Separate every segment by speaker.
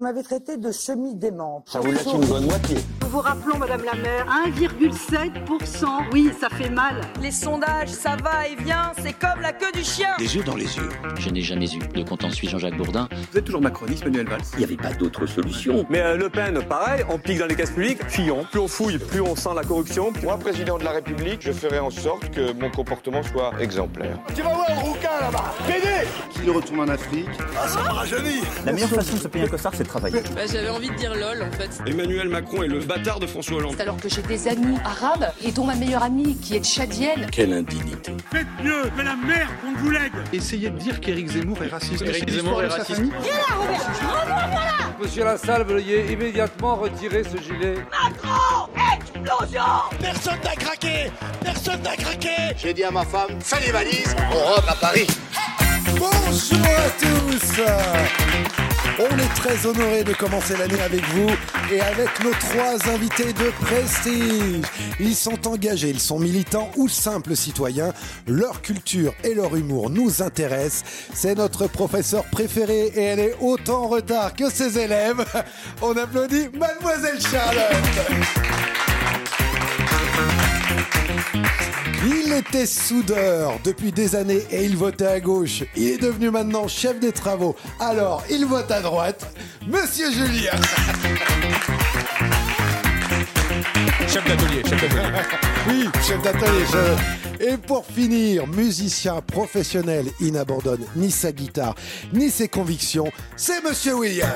Speaker 1: Vous m'avez traité de semi-démente.
Speaker 2: Ça vous laisse une bonne moitié.
Speaker 3: Nous vous rappelons, Madame la maire, 1,7%. Oui, ça fait mal.
Speaker 4: Les sondages, ça va et vient, c'est comme la queue du chien.
Speaker 5: Des yeux dans les yeux.
Speaker 6: Je n'ai jamais eu de contentieux Jean-Jacques Bourdin.
Speaker 7: Vous êtes toujours macroniste, Manuel Valls
Speaker 8: Il n'y avait pas d'autre solution.
Speaker 9: Mais euh, Le Pen, pareil, on pique dans les caisses publiques. Fillon, plus on fouille, plus on sent la corruption.
Speaker 10: Moi, président de la République, je ferai en sorte que mon comportement soit exemplaire.
Speaker 11: Tu vas voir un rouquin là-bas Bédé
Speaker 12: Qui retourne en Afrique
Speaker 11: Ah, ça me rajeunit
Speaker 13: La meilleure façon de se payer un costard, c'est de travailler.
Speaker 14: Bah, J'avais envie de dire lol en fait.
Speaker 15: Emmanuel Macron est le bâtard de François Hollande.
Speaker 16: Alors que j'ai des amis arabes et dont ma meilleure amie qui est tchadienne.
Speaker 17: Quelle indignité.
Speaker 18: Faites mieux que la merde qu'on vous lègue.
Speaker 19: Essayez de dire qu'Éric Zemmour est raciste.
Speaker 20: Éric Zemmour est raciste. Viens
Speaker 5: là Robert Revois-moi là
Speaker 9: Monsieur Lassalle, veuillez immédiatement retirer ce gilet.
Speaker 5: Macron Explosion
Speaker 1: Personne n'a craqué Personne n'a craqué
Speaker 21: J'ai dit à ma femme, fais les valises, on rentre à Paris.
Speaker 22: Bonjour à tous on est très honoré de commencer l'année avec vous et avec nos trois invités de prestige. Ils sont engagés, ils sont militants ou simples citoyens. Leur culture et leur humour nous intéressent. C'est notre professeur préféré et elle est autant en retard que ses élèves. On applaudit mademoiselle Charlotte. Il était soudeur depuis des années et il votait à gauche. Il est devenu maintenant chef des travaux. Alors, il vote à droite. Monsieur Julien.
Speaker 23: Chef d'atelier, chef d'atelier.
Speaker 22: Oui, chef d'atelier. Je... Et pour finir, musicien professionnel, il n'abandonne ni sa guitare, ni ses convictions. C'est Monsieur William.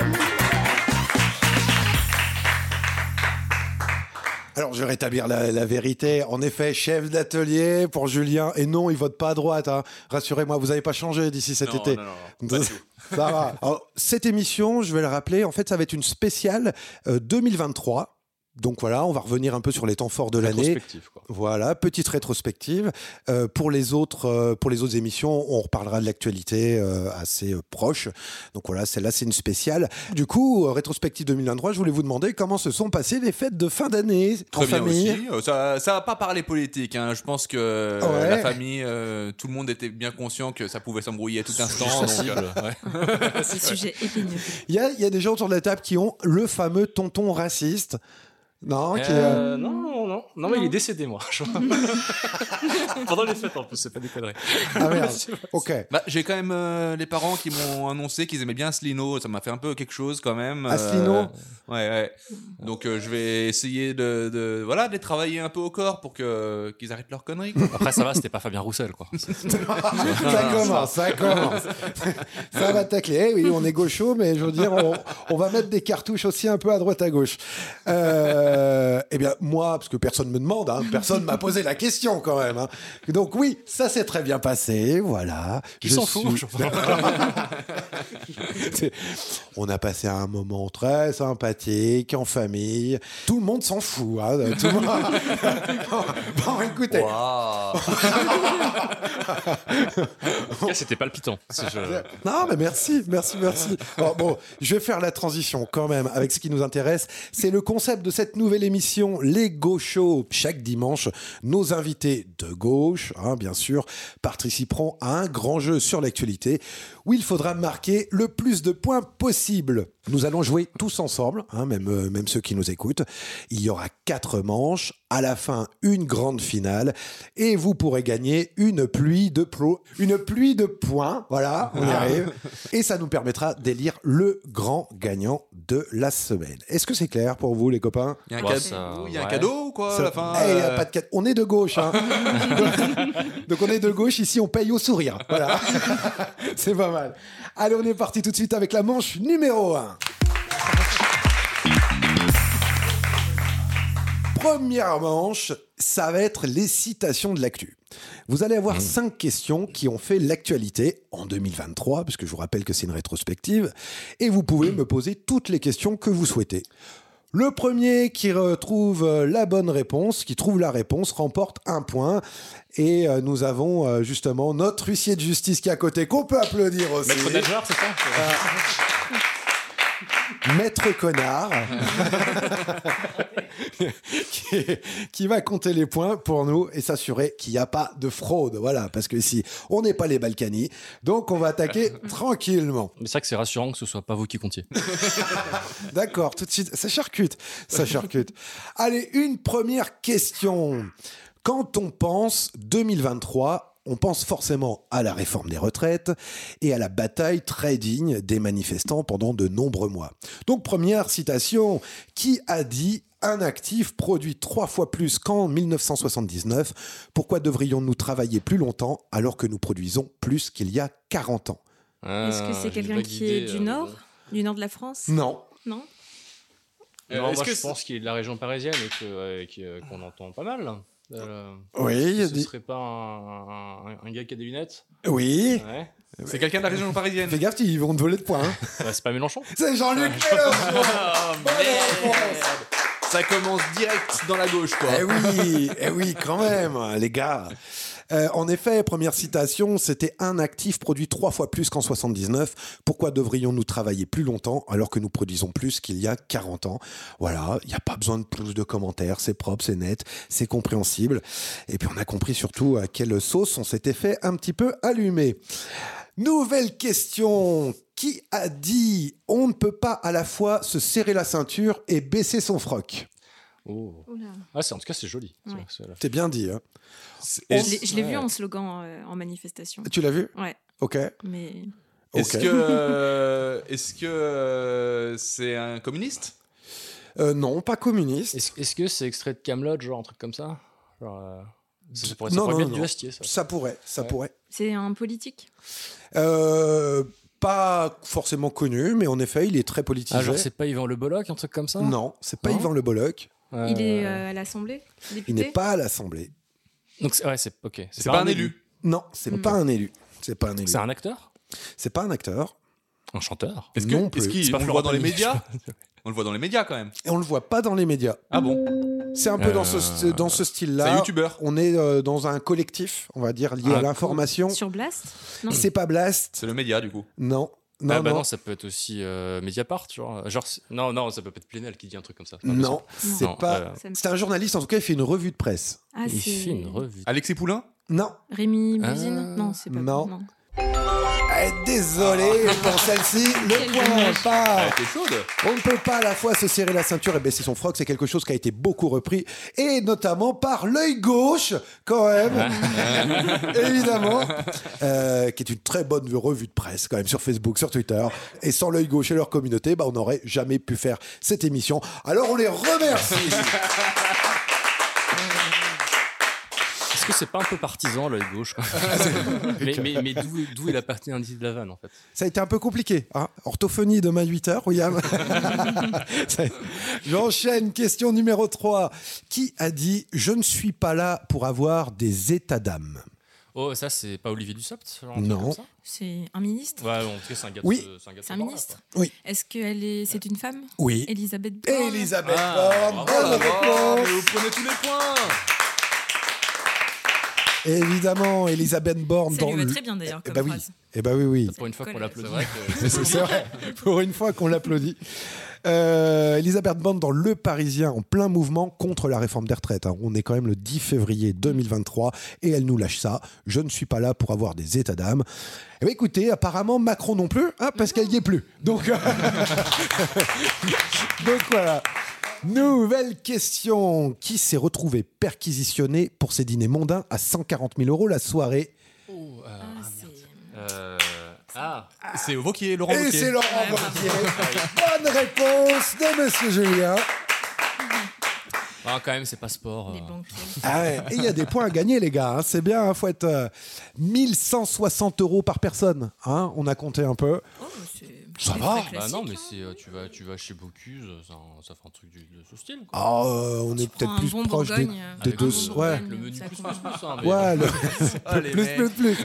Speaker 22: Alors, je vais rétablir la, la, vérité. En effet, chef d'atelier pour Julien. Et non, il vote pas à droite. Hein. Rassurez-moi, vous n'avez pas changé d'ici cet
Speaker 23: non,
Speaker 22: été.
Speaker 23: Non, non, pas
Speaker 22: ça va. Alors, cette émission, je vais le rappeler, en fait, ça va être une spéciale euh, 2023. Donc voilà, on va revenir un peu sur les temps forts de l'année. Voilà, petite rétrospective. Euh, pour les autres, euh, pour les autres émissions, on reparlera de l'actualité euh, assez proche. Donc voilà, celle-là c'est une spéciale. Du coup, euh, rétrospective 2023, je voulais vous demander comment se sont passées les fêtes de fin d'année en
Speaker 23: bien
Speaker 22: famille.
Speaker 23: Aussi. euh, Ça, ça va pas parler politique. Hein. Je pense que ouais. Euh, la famille, tout le monde était bien conscient que ça pouvait s'embrouiller à tout instant.
Speaker 20: C'est ouais. sujet épineux.
Speaker 22: Il y, y a des gens autour de la table qui ont le fameux tonton raciste. Non, okay.
Speaker 20: euh, non, non, non, non, mais il est décédé, moi. Pendant les fêtes, en plus, c'est pas des conneries.
Speaker 22: Ah merde. ok.
Speaker 23: Bah, j'ai quand même euh, les parents qui m'ont annoncé qu'ils aimaient bien Aslino. Ça m'a fait un peu quelque chose quand même.
Speaker 22: Aslino euh,
Speaker 23: Ouais, ouais. Donc, euh, je vais essayer de, de, voilà, de les travailler un peu au corps pour que, qu'ils arrêtent leurs conneries. Quoi.
Speaker 20: Après, ça va, c'était pas Fabien Roussel, quoi.
Speaker 22: ça commence, ça commence. ça va tacler. Eh, oui, on est gaucho, mais je veux dire, on, on, va mettre des cartouches aussi un peu à droite à gauche. Euh. Euh, eh bien, moi, parce que personne me demande, hein, personne m'a posé la question quand même. Hein. Donc oui, ça s'est très bien passé, voilà.
Speaker 20: Qui s'en fout suis...
Speaker 22: On a passé un moment très sympathique en famille. Tout le monde s'en fout. Hein, tout le monde... bon, écoutez.
Speaker 23: Ah,
Speaker 20: Wow. C'était palpitant. Je...
Speaker 22: Non, mais merci, merci, merci. Bon, bon, je vais faire la transition quand même avec ce qui nous intéresse. C'est le concept de cette nouvelle émission Les Gauchos. Chaque dimanche, nos invités de gauche, hein, bien sûr, participeront à un grand jeu sur l'actualité où il faudra marquer le plus de points possible. Nous allons jouer tous ensemble, hein, même, euh, même ceux qui nous écoutent. Il y aura quatre manches, à la fin une grande finale, et vous pourrez gagner une pluie de pro, une pluie de points. Voilà, on y
Speaker 23: Ah.
Speaker 22: arrive. Et ça nous permettra d'élire le grand gagnant de la semaine. Est-ce que c'est clair pour vous, les copains
Speaker 23: Il y a un, ouais, cadeau, il y a un ouais. cadeau ou quoi à Oh, la fin
Speaker 22: hey, euh... y a pas de On est de gauche. Hein. Donc on est de gauche ici, on paye au sourire. Voilà, c'est pas mal. Allez, on est parti tout de suite avec la manche numéro 1. Première manche, ça va être les citations de l'actu. Vous allez avoir cinq questions qui ont fait l'actualité en 2023, puisque je vous rappelle que c'est une rétrospective, et vous pouvez me poser toutes les questions que vous souhaitez. Le premier qui retrouve euh, la bonne réponse, qui trouve la réponse, remporte un point. Et euh, nous avons justement notre huissier de justice qui est à côté, qu'on peut applaudir aussi.
Speaker 20: Maître Nageur, c'est ça
Speaker 22: Maître Connard, qui, qui va compter les points pour nous et s'assurer qu'il n'y a pas de fraude. Voilà, parce que si on n'est pas les Balkany, donc on va attaquer tranquillement.
Speaker 20: Mais c'est vrai que c'est rassurant que ce soit pas vous qui comptiez.
Speaker 22: D'accord, tout de suite, ça charcute, ça charcute. Allez, une première question. Quand on pense 2023, on pense forcément à la réforme des retraites et à la bataille très digne des manifestants pendant de nombreux mois. Donc première citation, qui a dit un actif produit trois fois plus qu'en 1979 Pourquoi devrions-nous travailler plus longtemps alors que nous produisons plus qu'il y a 40 ans
Speaker 2: Est-ce
Speaker 20: Euh,
Speaker 2: que c'est quelqu'un qui est du Nord Du Nord de la France
Speaker 22: Non.
Speaker 2: Non
Speaker 20: Non,
Speaker 2: Euh,
Speaker 20: moi,
Speaker 2: est-ce que
Speaker 20: je
Speaker 2: c'est-
Speaker 20: pense qu'il est de la région parisienne et que, euh, et que, euh, qu'on entend pas mal. là. Euh,
Speaker 22: Oui,
Speaker 20: est-ce
Speaker 22: il y a
Speaker 20: que Ce
Speaker 22: des-
Speaker 20: serait pas un, un- un gars qui a des lunettes
Speaker 22: Oui.
Speaker 20: Ouais.
Speaker 23: C'est quelqu'un de la région parisienne.
Speaker 22: Fais gaffe, ils vont te voler de points. hein.
Speaker 20: Bah, c'est pas Mélenchon
Speaker 22: C'est Jean-Luc
Speaker 23: Ça commence direct dans la gauche, quoi.
Speaker 22: Eh oui, eh oui, quand même, les gars. Euh, en effet, première citation, c'était un actif produit trois fois plus qu'en 79. Pourquoi devrions-nous travailler plus longtemps alors que nous produisons plus qu'il y a 40 ans Voilà, il n'y a pas besoin de plus de commentaires, c'est propre, c'est net, c'est compréhensible. Et puis on a compris surtout à quelle sauce on s'était fait un petit peu allumer. Nouvelle question. Qui a dit on ne peut pas à la fois se serrer la ceinture et baisser son froc
Speaker 20: Oh.
Speaker 2: Oula.
Speaker 20: Ah, c'est, en tout cas, c'est joli.
Speaker 2: Ouais.
Speaker 20: C'est- c'est-
Speaker 22: C'est bien dit. hein.
Speaker 2: Je l'ai- je l'ai vu en slogan euh, en manifestation.
Speaker 22: Tu l'as vu
Speaker 2: Ouais.
Speaker 22: Ok.
Speaker 2: Mais
Speaker 23: Est-ce
Speaker 22: Ok.
Speaker 23: que euh, est-ce que euh, c'est un communiste
Speaker 22: Euh, non, pas communiste.
Speaker 20: Est-ce, est-ce que c'est extrait de Camelot, genre un truc comme ça Genre, euh, ça pourrait, ça
Speaker 22: Non,
Speaker 20: pourrait
Speaker 22: non,
Speaker 20: mettre
Speaker 22: non.
Speaker 20: du Astier, ça.
Speaker 22: Ça pourrait, ça
Speaker 20: Ouais.
Speaker 22: pourrait.
Speaker 2: c'est un politique.
Speaker 22: Euh, pas forcément connu, mais en effet, il est très politisé.
Speaker 20: Ah, genre, c'est pas Yvan Le Bolloc, un truc comme ça
Speaker 22: Non, c'est pas Yvan Le Bolloc.
Speaker 2: Il est euh, à l'Assemblée
Speaker 22: Il
Speaker 2: député.
Speaker 22: n'est pas à l'Assemblée.
Speaker 20: Donc, c'est, ouais, c'est, ok.
Speaker 23: C'est pas un élu.
Speaker 22: Non, c'est
Speaker 20: Hmm.
Speaker 22: pas un élu. C'est pas un élu. C'est
Speaker 20: un acteur
Speaker 22: C'est pas un acteur.
Speaker 20: Un chanteur
Speaker 23: Est-ce que-
Speaker 22: Non plus.
Speaker 23: est-ce qu'il-
Speaker 22: C'est pas
Speaker 23: on le voit
Speaker 20: Florent
Speaker 23: dans les
Speaker 20: Pagny,
Speaker 23: médias On le voit dans les médias quand même.
Speaker 22: Et on le voit pas dans les médias.
Speaker 23: Ah bon
Speaker 22: C'est un peu dans ce,
Speaker 23: Euh,
Speaker 22: st- dans ce style-là.
Speaker 23: c'est un youtubeur.
Speaker 22: On est euh, dans un collectif, on va dire, lié
Speaker 23: Ah,
Speaker 22: à l'information.
Speaker 2: Sur Blast
Speaker 22: C'est pas Blast.
Speaker 23: C'est le média du coup.
Speaker 22: Non. Non,
Speaker 20: ah bah non.
Speaker 22: non.
Speaker 20: ça peut être aussi euh, Mediapart, genre. genre c'est- non, non, ça peut pas être Plenel qui dit un truc comme ça. c'est pas
Speaker 22: Non,
Speaker 20: possible.
Speaker 22: c'est
Speaker 20: Non,
Speaker 22: pas.
Speaker 20: euh,
Speaker 22: C'est un journaliste, en tout cas, il fait une revue de presse.
Speaker 2: Ah, Il c'est- fait une
Speaker 20: revue. Ah.
Speaker 23: Alexis Poulain
Speaker 22: Non.
Speaker 2: Rémi Buzine Non, c'est pas
Speaker 22: non.
Speaker 2: non.
Speaker 22: Eh, désolé pour celle-ci, le point part.
Speaker 23: Elle était chaude.
Speaker 22: On ne peut pas à la fois se serrer la ceinture et baisser son froc, c'est quelque chose qui a été beaucoup repris, et notamment par l'œil gauche, quand même, évidemment, euh, qui est une très bonne revue de presse, quand même, sur Facebook, sur Twitter. Et sans l'œil gauche et leur communauté, bah, on n'aurait jamais pu faire cette émission. Alors on les remercie.
Speaker 20: Est-ce que c'est pas un peu partisan, l'œil gauche quoi Mais, mais, mais d'où, d'où est la partie indice de la vanne, en fait
Speaker 22: Ça a été un peu compliqué. Hein Orthophonie demain 8h, William. Ça- J'enchaîne. Question numéro 3. Qui a dit Je ne suis pas là pour avoir des états d'âme
Speaker 20: Oh, ça, c'est pas Olivier Dussopt genre, un truc
Speaker 22: Non.
Speaker 20: comme ça
Speaker 2: C'est un ministre.
Speaker 20: Ouais, bon, en tout cas, c'est un gars de
Speaker 22: Oui.
Speaker 20: ce- c'est un gars de
Speaker 2: C'est un
Speaker 20: ce bord-là,
Speaker 2: ministre.
Speaker 20: quoi.
Speaker 2: Est-ce qu'elle est c'est une femme
Speaker 22: Oui.
Speaker 2: Elisabeth Borne.
Speaker 22: Elisabeth
Speaker 23: Ah,
Speaker 22: Borne,
Speaker 23: bravo,
Speaker 22: bonne
Speaker 23: bravo,
Speaker 22: réponse.
Speaker 23: mais Vous prenez tous les points.
Speaker 22: Évidemment, Elisabeth Borne.
Speaker 2: Ça lui
Speaker 22: dans
Speaker 2: va
Speaker 22: le-
Speaker 2: très bien, d'ailleurs,
Speaker 22: Eh
Speaker 2: comme
Speaker 22: bah oui.
Speaker 2: phrase.
Speaker 22: Eh bah oui, oui.
Speaker 20: Pour une fois qu'on
Speaker 2: Colère.
Speaker 20: l'applaudit.
Speaker 22: C'est c'est vrai, pour une fois qu'on l'applaudit. Euh, Elisabeth Borne dans Le Parisien, en plein mouvement contre la réforme des retraites. hein. On est quand même le 10 février 2023 et elle nous lâche ça. Je ne suis pas là pour avoir des états d'âme. Eh bien, écoutez, apparemment Macron non plus, hein, parce qu'elle n'y est plus. Donc, donc voilà. Nouvelle question. Qui s'est retrouvé perquisitionné pour ses dîners mondains à 140 000 euros la soirée
Speaker 20: Oh, euh, ah, merde. Euh, ah.
Speaker 23: C'est Vauquier, Laurent
Speaker 22: Et
Speaker 23: Wauquiez.
Speaker 22: c'est Laurent Wauquiez. Bonne réponse de Monsieur Julien.
Speaker 20: Ah, quand même, c'est pas sport. euh.
Speaker 22: Ah ouais, Et il y a des points à gagner, les gars. hein. C'est bien, il faut être euh, 1160 euros par personne. hein. On a compté un peu. Ça va.
Speaker 20: C'est très
Speaker 22: Bah
Speaker 20: classique,
Speaker 22: non,
Speaker 20: non, mais
Speaker 2: hein.
Speaker 20: euh, tu, vas, tu vas chez Bocuse, euh, ça, fait un truc de ce style.
Speaker 22: Ah, euh, on est peut-être plus proche des,
Speaker 20: euh,
Speaker 22: des deux. ouais.
Speaker 20: Le menu plus, plus, plus. hein, mais-
Speaker 22: Ouais, le-
Speaker 20: Ah, les
Speaker 22: plus,
Speaker 20: mecs.
Speaker 22: plus, plus,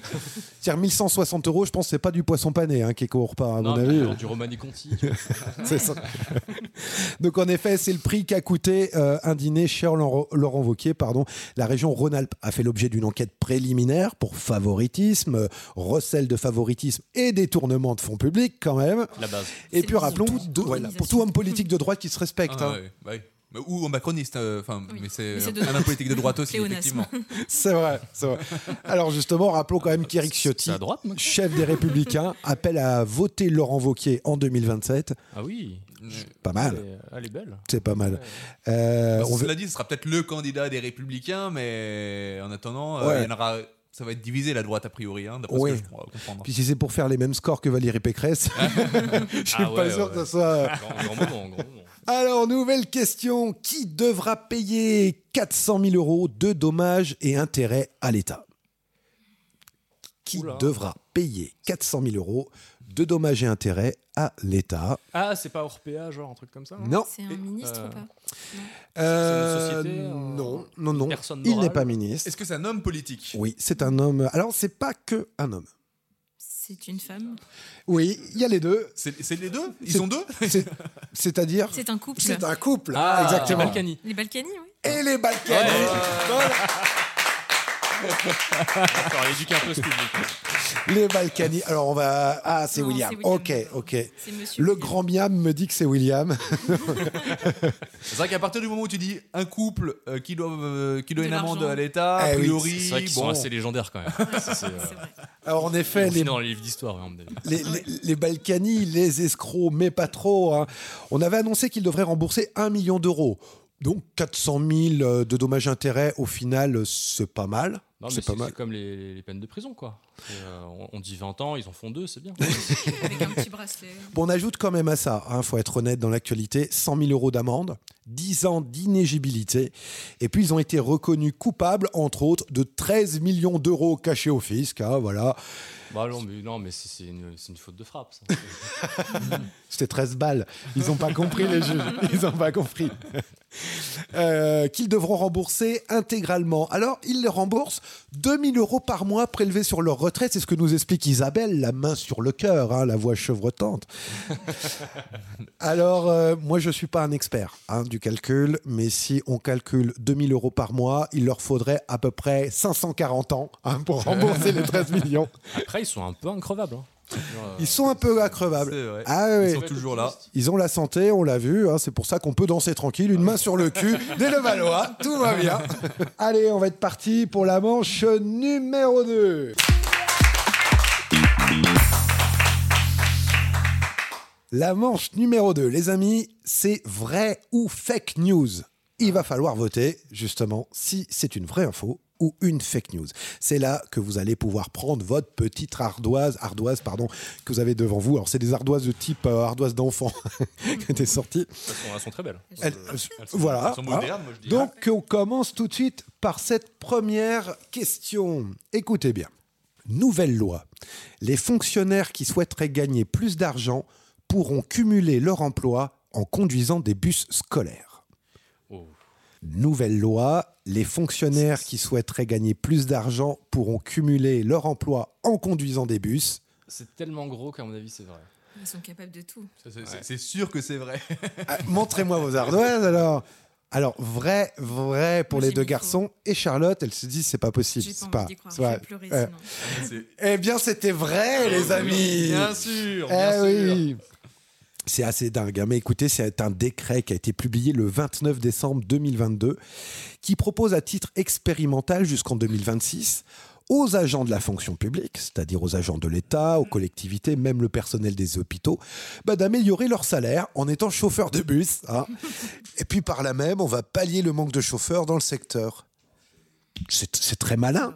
Speaker 22: C'est-à-dire 1160 euros, je pense que c'est pas du poisson pané hein, qui est au repas, à mon
Speaker 20: Non, mais
Speaker 22: avis.
Speaker 20: alors, du Romani Conti. tu vois.
Speaker 22: C'est ça. Donc en effet, c'est le prix qu'a coûté euh, un dîner chez Laurent, Laurent Wauquiez, pardon. La région Rhône-Alpes a fait l'objet d'une enquête préliminaire pour favoritisme, euh, recel de favoritisme et détournement de fonds publics quand même. même.
Speaker 20: La base.
Speaker 22: Et puis rappelons, tout- ouais, pour tout homme politique de droite qui se respecte.
Speaker 23: Ah,
Speaker 22: hein.
Speaker 23: ouais, bah oui. Mais- Ou au macroniste, euh, enfin, mais c'est
Speaker 22: c'est
Speaker 23: un homme
Speaker 22: de-
Speaker 23: politique de droite aussi,
Speaker 22: Pléonasme.
Speaker 23: effectivement.
Speaker 22: C'est vrai, c'est vrai. Alors justement, rappelons quand même qu'Éric Ciotti, chef des Républicains, appelle à voter Laurent Wauquiez en 2027.
Speaker 20: Ah oui.
Speaker 22: Pas mal.
Speaker 20: Elle est- Elle est belle.
Speaker 22: C'est pas mal. Euh, on veut-
Speaker 23: Cela dit, ce sera peut-être le candidat des Républicains, mais en attendant, euh,
Speaker 22: Ouais.
Speaker 23: il y en aura- ça va être divisé la droite a priori, hein, d'après
Speaker 22: Ouais.
Speaker 23: ce que je crois comprendre.
Speaker 22: Puis si c'est pour faire les mêmes scores que Valérie Pécresse, je suis
Speaker 23: Ah
Speaker 22: pas
Speaker 23: ouais,
Speaker 22: sûr
Speaker 23: ouais,
Speaker 22: que
Speaker 23: ouais.
Speaker 22: ça soit. euh.
Speaker 20: Ah.
Speaker 23: Grand- grand moment, grand moment.
Speaker 22: Alors, nouvelle question. Qui devra payer 400 000 euros de dommages et intérêts à l'État Qui devra payer 400 000 euros de dommages et intérêts à l'État
Speaker 20: Ah, c'est pas Orpea, genre un truc comme ça hein
Speaker 22: Non.
Speaker 2: C'est un ministre ou pas
Speaker 22: Euh,
Speaker 20: C'est une société, euh,
Speaker 22: non, non, non.
Speaker 20: personne
Speaker 22: Il
Speaker 20: morale
Speaker 22: n'est pas ministre.
Speaker 23: Est-ce que c'est un homme politique
Speaker 22: Oui, c'est un homme. Alors, c'est pas que un homme.
Speaker 2: C'est une femme.
Speaker 22: Oui, il y a les deux.
Speaker 23: C'est c'est les deux Ils
Speaker 22: C'est-
Speaker 23: sont deux
Speaker 22: c'est- C'est-à-dire
Speaker 2: C'est un couple.
Speaker 22: C'est un couple.
Speaker 23: Ah,
Speaker 22: exactement.
Speaker 23: les Balkany.
Speaker 2: Les Balkany, oui.
Speaker 22: Et les Balkany.
Speaker 20: D'accord, il éduque un peu ce public.
Speaker 22: Les Balkany. Alors on va. Ah, c'est
Speaker 20: Non,
Speaker 22: William.
Speaker 20: c'est William.
Speaker 22: Ok, ok.
Speaker 20: monsieur
Speaker 22: Le grand miam me dit que c'est William.
Speaker 23: C'est vrai qu'à partir du moment où tu dis un couple euh, qui doit, euh, qui doit
Speaker 20: De
Speaker 23: une amende
Speaker 20: l'argent.
Speaker 23: à l'État,
Speaker 22: Eh
Speaker 23: a
Speaker 22: oui.
Speaker 23: priori.
Speaker 20: C'est vrai qu'ils sont
Speaker 23: bon.
Speaker 20: assez légendaires quand même. Ça, c'est, euh,
Speaker 22: Alors en effet,
Speaker 20: ils vont
Speaker 22: les,
Speaker 20: finir dans les livres d'histoire, hein, à mon avis.
Speaker 22: les, les, les Balkany, les escrocs, mais pas trop. hein. On avait annoncé qu'ils devraient rembourser 1 million d'euros. Donc 400 000 euh, de dommages-intérêts, au final, euh, c'est pas mal.
Speaker 20: Non, mais
Speaker 22: C'est pas
Speaker 20: c'est
Speaker 22: mal.
Speaker 20: c'est comme les, les- les peines de prison, quoi. C'est, euh, on, on dit 20 ans, ils en font deux, c'est bien.
Speaker 2: Avec un petit bracelet.
Speaker 22: Bon, on ajoute quand même à ça, il faut être honnête dans l'actualité, 100 000 euros d'amende, 10 ans d'inégibilité, et puis ils ont été reconnus coupables, entre autres, de 13 millions d'euros cachés au fisc. hein, voilà,
Speaker 20: Bah non, mais, non, mais c'est- c'est une, c'est une faute de frappe, ça.
Speaker 22: c'était 13 balles. Ils n'ont pas compris, les juges. Ils n'ont pas compris. Euh, qu'ils devront rembourser intégralement. Alors, ils les remboursent 2000 euros par mois prélevés sur leur retraite. C'est ce que nous explique Isabelle, la main sur le cœur, hein, la voix chevrotante. Alors, euh, moi, je ne suis pas un expert hein, du calcul, mais si on calcule 2000 euros par mois, il leur faudrait à peu près 540 ans hein, pour rembourser les 13 millions.
Speaker 20: Après, ils sont un peu increvables. hein.
Speaker 22: Ils sont un peu accrevables.
Speaker 20: C'est vrai.
Speaker 22: Ah
Speaker 20: Ils
Speaker 22: ouais.
Speaker 20: sont toujours là.
Speaker 22: Ils ont la santé, on l'a vu. hein, c'est pour ça qu'on peut danser tranquille, une main sur le cul, dès le Valois. Tout va bien. Allez, on va être parti pour la manche numéro 2. La manche numéro 2, les amis, c'est vrai ou fake news Il va falloir voter, justement, si c'est une vraie info ou une fake news. C'est là que vous allez pouvoir prendre votre petite ardoise, ardoise, pardon, que vous avez devant vous. Alors, c'est des ardoises de type euh, ardoise d'enfant qui étaient sorties.
Speaker 20: Elles sont, elles sont très belles.
Speaker 22: Elles-
Speaker 20: Elles sont-
Speaker 22: voilà. hein.
Speaker 20: elles sont modernes, moi, je dis.
Speaker 22: Donc, euh, on commence tout de suite par cette première question. Écoutez bien. Nouvelle loi. Les fonctionnaires qui souhaiteraient gagner plus d'argent pourront cumuler leur emploi en conduisant des bus scolaires.
Speaker 20: Oh.
Speaker 22: Nouvelle loi. Les fonctionnaires qui souhaiteraient gagner plus d'argent pourront cumuler leur emploi en conduisant des bus.
Speaker 20: C'est tellement gros qu'à mon avis, c'est vrai.
Speaker 2: Ils sont capables de tout.
Speaker 23: Ah, C'est sûr que c'est vrai.
Speaker 22: Ah, Montrez-moi vos ardoises alors. Alors, vrai, vrai pour les deux garçons. Et Charlotte, elle se dit, c'est pas possible.
Speaker 2: J'ai pas
Speaker 22: c'est
Speaker 2: envie
Speaker 22: pas,
Speaker 2: d'y croire,
Speaker 22: c'est pas-
Speaker 2: je vais pleurer,
Speaker 22: ouais. Eh bien, c'était vrai, les amis.
Speaker 23: Bien sûr,
Speaker 22: Eh
Speaker 23: bien sûr.
Speaker 22: oui. C'est assez dingue. hein. Mais écoutez, c'est un décret qui a été publié le 29 décembre 2022 qui propose à titre expérimental jusqu'en 2026 aux agents de la fonction publique, c'est-à-dire aux agents de l'État, aux collectivités, même le personnel des hôpitaux, bah, d'améliorer leur salaire en étant chauffeur de bus. hein. Et puis par là même, on va pallier le manque de chauffeurs dans le secteur. C'est c'est très malin.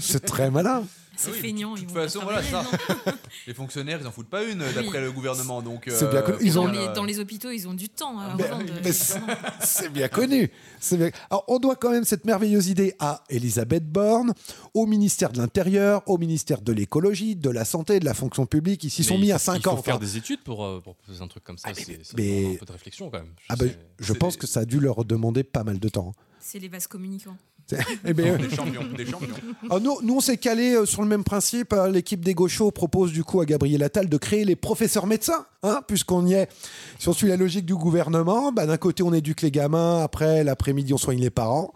Speaker 22: C'est très malin.
Speaker 2: C'est feignant.
Speaker 23: De toute façon, voilà ça. les fonctionnaires, ils en foutent pas une d'après le gouvernement. Donc, euh,
Speaker 22: C'est bien que- ils
Speaker 2: Ils
Speaker 22: ont-
Speaker 2: ont... dans, les, dans les hôpitaux, ils ont du temps à
Speaker 22: Mais-
Speaker 2: revendre.
Speaker 22: mais c'est c'est bien connu. C'est bien- Alors, on doit quand même cette merveilleuse idée à Elisabeth Borne, au ministère de l'Intérieur, au ministère de l'Écologie, de la Santé, de la fonction publique. Ils s'y
Speaker 20: Mais
Speaker 22: sont
Speaker 20: il
Speaker 22: mis
Speaker 20: faut-
Speaker 22: à 5
Speaker 20: Il
Speaker 22: ans.
Speaker 20: faut faire
Speaker 22: enfin. Ah,
Speaker 20: des études pour, euh, pour proposer un truc comme ça. c'est ça
Speaker 22: mais-
Speaker 20: demande un peu de réflexion quand même.
Speaker 22: Ah ben, je pense que ça a dû leur demander pas mal de temps. hein.
Speaker 2: C'est les vases communicants.
Speaker 22: C'est- Eh ben,
Speaker 23: Des champions, des champions.
Speaker 22: Ah, nous, nous, on s'est calé euh, sur sur le même principe, euh, l'équipe des gauchos propose du coup à Gabriel Attal de créer les professeurs médecins, hein, puisqu'on y est. Si on suit la logique du gouvernement, bah, d'un côté on éduque les gamins, après l'après-midi on soigne les parents,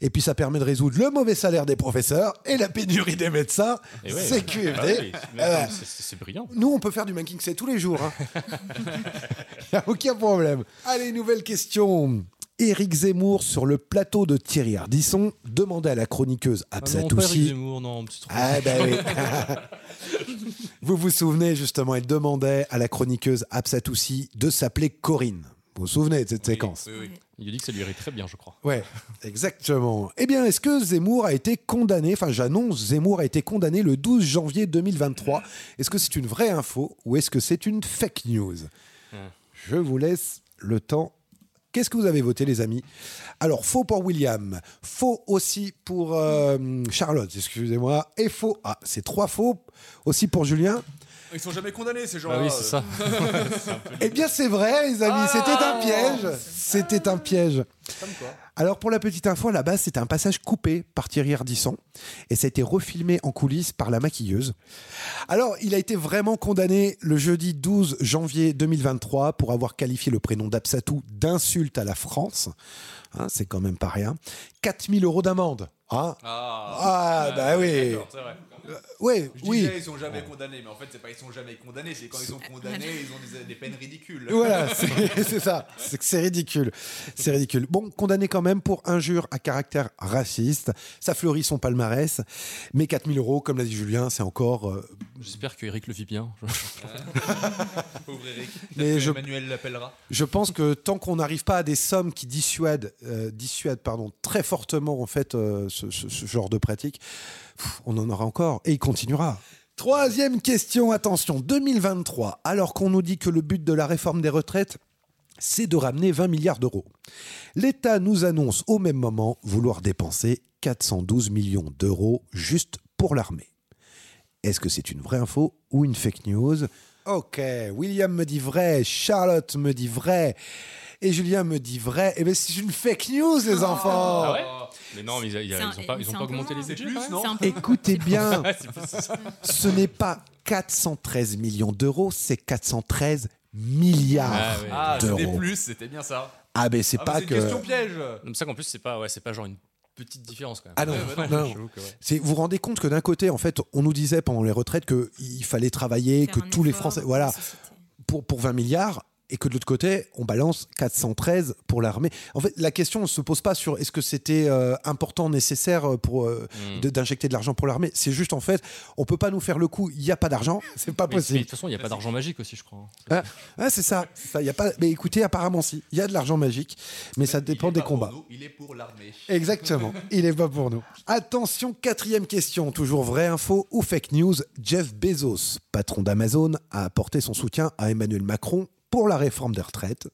Speaker 22: et puis ça permet de résoudre le mauvais salaire des professeurs et la pénurie des médecins.
Speaker 20: Et ouais.
Speaker 22: c'est
Speaker 20: Ah
Speaker 23: Bah
Speaker 22: QFD.
Speaker 20: oui, mais attends,
Speaker 22: Euh,
Speaker 20: c'est- c'est c'est brillant.
Speaker 22: nous, on peut faire du manking c'est tous les jours. Hein. Il a aucun problème. Allez, nouvelle question. Éric Zemmour sur le plateau de Thierry Ardisson demandait à la chroniqueuse
Speaker 20: non, pas Éric
Speaker 22: Absatoussi.
Speaker 20: Zemmour, non, c'est trop-
Speaker 22: Ah, bah oui. vous vous souvenez justement, elle demandait à la chroniqueuse Absatoussi de s'appeler Corinne. Vous vous souvenez de cette séquence
Speaker 20: Il lui dit que ça lui irait très bien, je crois.
Speaker 22: Ouais, exactement. Eh bien, est-ce que Zemmour a été condamné Enfin, j'annonce, Zemmour a été condamné le 12 janvier 2023. Est-ce que c'est une vraie info ou est-ce que c'est une fake news Je vous laisse le temps. Qu'est-ce que vous avez voté, les amis Alors, faux pour William, faux aussi pour euh, Charlotte, excusez-moi, et faux. Ah, c'est trois faux aussi pour Julien.
Speaker 9: Ils sont jamais condamnés, ces gens-là.
Speaker 20: Ah oui, c'est ça.
Speaker 22: Eh bien, c'est vrai, les amis, c'était un piège. C'était un piège. Alors, pour la petite info, à la base, c'était un passage coupé par Thierry Ardisson et ça a été refilmé en coulisses par la maquilleuse. Alors, il a été vraiment condamné le jeudi 12 janvier 2023 pour avoir qualifié le prénom d'Absatou d'insulte à la France. Hein, c'est quand même pas rien. 4000 euros d'amende. Hein
Speaker 9: Ah,
Speaker 22: Ah, bah oui.
Speaker 9: D'accord, c'est vrai.
Speaker 22: Ouais,
Speaker 9: Je
Speaker 22: oui.
Speaker 9: disais, ils sont jamais condamnés, mais en fait, c'est pas ils sont jamais condamnés, c'est quand ils sont condamnés, ils ont des, des peines ridicules.
Speaker 22: Voilà, c'est c'est ça. C'est que c'est ridicule. C'est ridicule. Bon, condamné quand même pour injure à caractère raciste. Ça fleurit son palmarès. Mais 4000 euros, comme l'a dit Julien, c'est encore. euh,
Speaker 20: J'espère que Eric le vit bien.
Speaker 9: Pauvre Eric. Peut-être
Speaker 22: Mais
Speaker 9: que
Speaker 22: je-
Speaker 9: Emmanuel l'appellera.
Speaker 22: je pense que tant qu'on n'arrive pas à des sommes qui dissuadent, euh, dissuadent pardon, très fortement en fait euh, ce, ce- ce genre de pratique, pff, on en aura encore et il continuera. Troisième question, attention, 2023, alors qu'on nous dit que le but de la réforme des retraites, c'est de ramener 20 milliards d'euros. L'État nous annonce au même moment vouloir dépenser 412 millions d'euros juste pour l'armée. Est-ce que c'est une vraie info ou une fake news Ok, William me dit vrai, Charlotte me dit vrai, et Julien me dit vrai. Eh bien, c'est une fake news, les enfants
Speaker 20: Ah ouais
Speaker 9: Oh.
Speaker 20: Mais non, mais ils, ils-
Speaker 2: C'est
Speaker 20: ils
Speaker 2: un-
Speaker 20: ont pas, ils ont
Speaker 2: c'est un
Speaker 20: pas
Speaker 2: peu
Speaker 20: augmenté
Speaker 9: Ah,
Speaker 2: moins,
Speaker 20: les budgets.
Speaker 2: plus,
Speaker 20: quand même
Speaker 2: non C'est un peu moins.
Speaker 22: Écoutez bien,
Speaker 20: C'est plus ça.
Speaker 22: ce n'est pas 413 millions d'euros, c'est 413 milliards
Speaker 9: Ah, c'était
Speaker 22: d'euros.
Speaker 9: plus, c'était bien ça.
Speaker 22: Ah, mais c'est
Speaker 9: Ah,
Speaker 22: pas
Speaker 9: une
Speaker 22: que-
Speaker 9: question piège.
Speaker 20: Comme ça qu'en plus, c'est pas, ouais, c'est pas genre une petite différence quand même.
Speaker 22: Ah non,
Speaker 20: Ouais, bah
Speaker 22: non, non.
Speaker 20: j'avoue que, ouais.
Speaker 22: C'est- vous vous rendez compte que d'un côté, en fait, on nous disait pendant les retraites qu'il fallait travailler, que tous les Français, voilà, pour, pour 20 milliards, et que de l'autre côté, on balance 413 pour l'armée. En fait, la question ne se pose pas sur est-ce que c'était euh, important, nécessaire pour euh,
Speaker 20: Mm.
Speaker 22: de- d'injecter de l'argent pour l'armée. C'est juste, en fait, on peut pas nous faire le coup, il n'y a pas d'argent, c'est pas
Speaker 20: Mais- mais de
Speaker 22: possible.
Speaker 20: toute façon, il n'y a pas d'argent magique aussi, je crois.
Speaker 22: Ah, ah, c'est ça. C'est ça, y a pas... Mais écoutez, apparemment, si. Il y a de l'argent magique, mais ça dépend des combats.
Speaker 9: Il est pour l'armée.
Speaker 22: Exactement. Il est pas pour nous. Attention, quatrième question. Toujours vraie info ou fake news Jeff Bezos, patron d'Amazon, a apporté son soutien à Emmanuel Macron pour la réforme des retraites.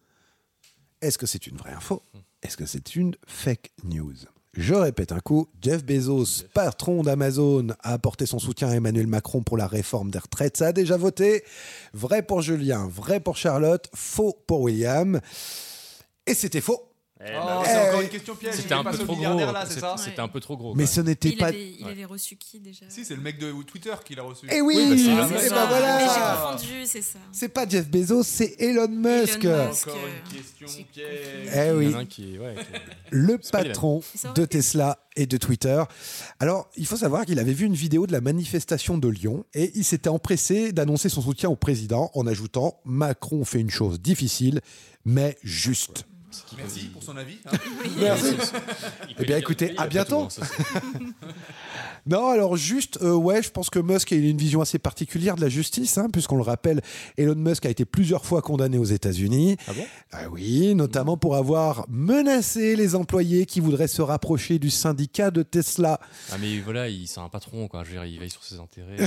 Speaker 22: Est-ce que c'est une vraie info Est-ce que c'est une fake news Je répète un coup, Jeff Bezos, patron d'Amazon, a apporté son soutien à Emmanuel Macron pour la réforme des retraites. Ça a déjà voté. Vrai pour Julien, vrai pour Charlotte, faux pour William. Et c'était faux.
Speaker 20: Eh ben,
Speaker 9: Oh,
Speaker 22: Eh
Speaker 9: c'est encore une question piège.
Speaker 20: C'était
Speaker 9: il est
Speaker 20: un
Speaker 9: pas
Speaker 20: peu
Speaker 9: ce
Speaker 20: trop gros.
Speaker 9: milliardaire là, c'est
Speaker 20: C'était-
Speaker 9: ça
Speaker 20: C'était un peu trop gros.
Speaker 22: Mais
Speaker 20: quand
Speaker 22: ce
Speaker 20: même.
Speaker 22: n'était
Speaker 2: Il
Speaker 22: pas.
Speaker 2: avait, il avait reçu qui déjà
Speaker 9: Si, c'est le mec de Twitter qui l'a reçu.
Speaker 22: Eh oui,
Speaker 9: bah, c'est
Speaker 22: eh
Speaker 9: la même
Speaker 22: ben
Speaker 9: chose.
Speaker 22: voilà.
Speaker 20: Ah,
Speaker 2: Mais j'ai confondu, c'est ça.
Speaker 22: C'est pas Jeff Bezos, c'est Elon Musk.
Speaker 9: Encore
Speaker 2: euh,
Speaker 9: une question piège.
Speaker 22: Eh oui.
Speaker 20: Il y en a un qui- ouais, qui-
Speaker 22: Le
Speaker 20: pas les
Speaker 22: patron
Speaker 20: mêmes.
Speaker 22: de Tesla et de Twitter. Alors, il faut savoir qu'il avait vu une vidéo de la manifestation de Lyon et il s'était empressé d'annoncer son soutien au président en ajoutant Macron fait une chose difficile, mais juste.
Speaker 9: Merci pour son avis. hein.
Speaker 22: Merci.
Speaker 9: Il
Speaker 22: Eh
Speaker 9: paye-
Speaker 22: bien, écoutez,
Speaker 9: il paye
Speaker 22: à
Speaker 9: après
Speaker 22: bientôt.
Speaker 9: tout, hein, ça,
Speaker 22: Non, alors juste, euh, ouais, je pense que Musk il a une vision assez particulière de la justice, hein, puisqu'on le rappelle, Elon Musk a été plusieurs fois condamné aux États-Unis.
Speaker 20: Ah bon
Speaker 22: oui, notamment pour avoir menacé les employés qui voudraient se rapprocher du syndicat de Tesla.
Speaker 20: Ah, mais voilà, il- c'est un patron, quoi. Je veux dire, il veille sur ses intérêts. euh,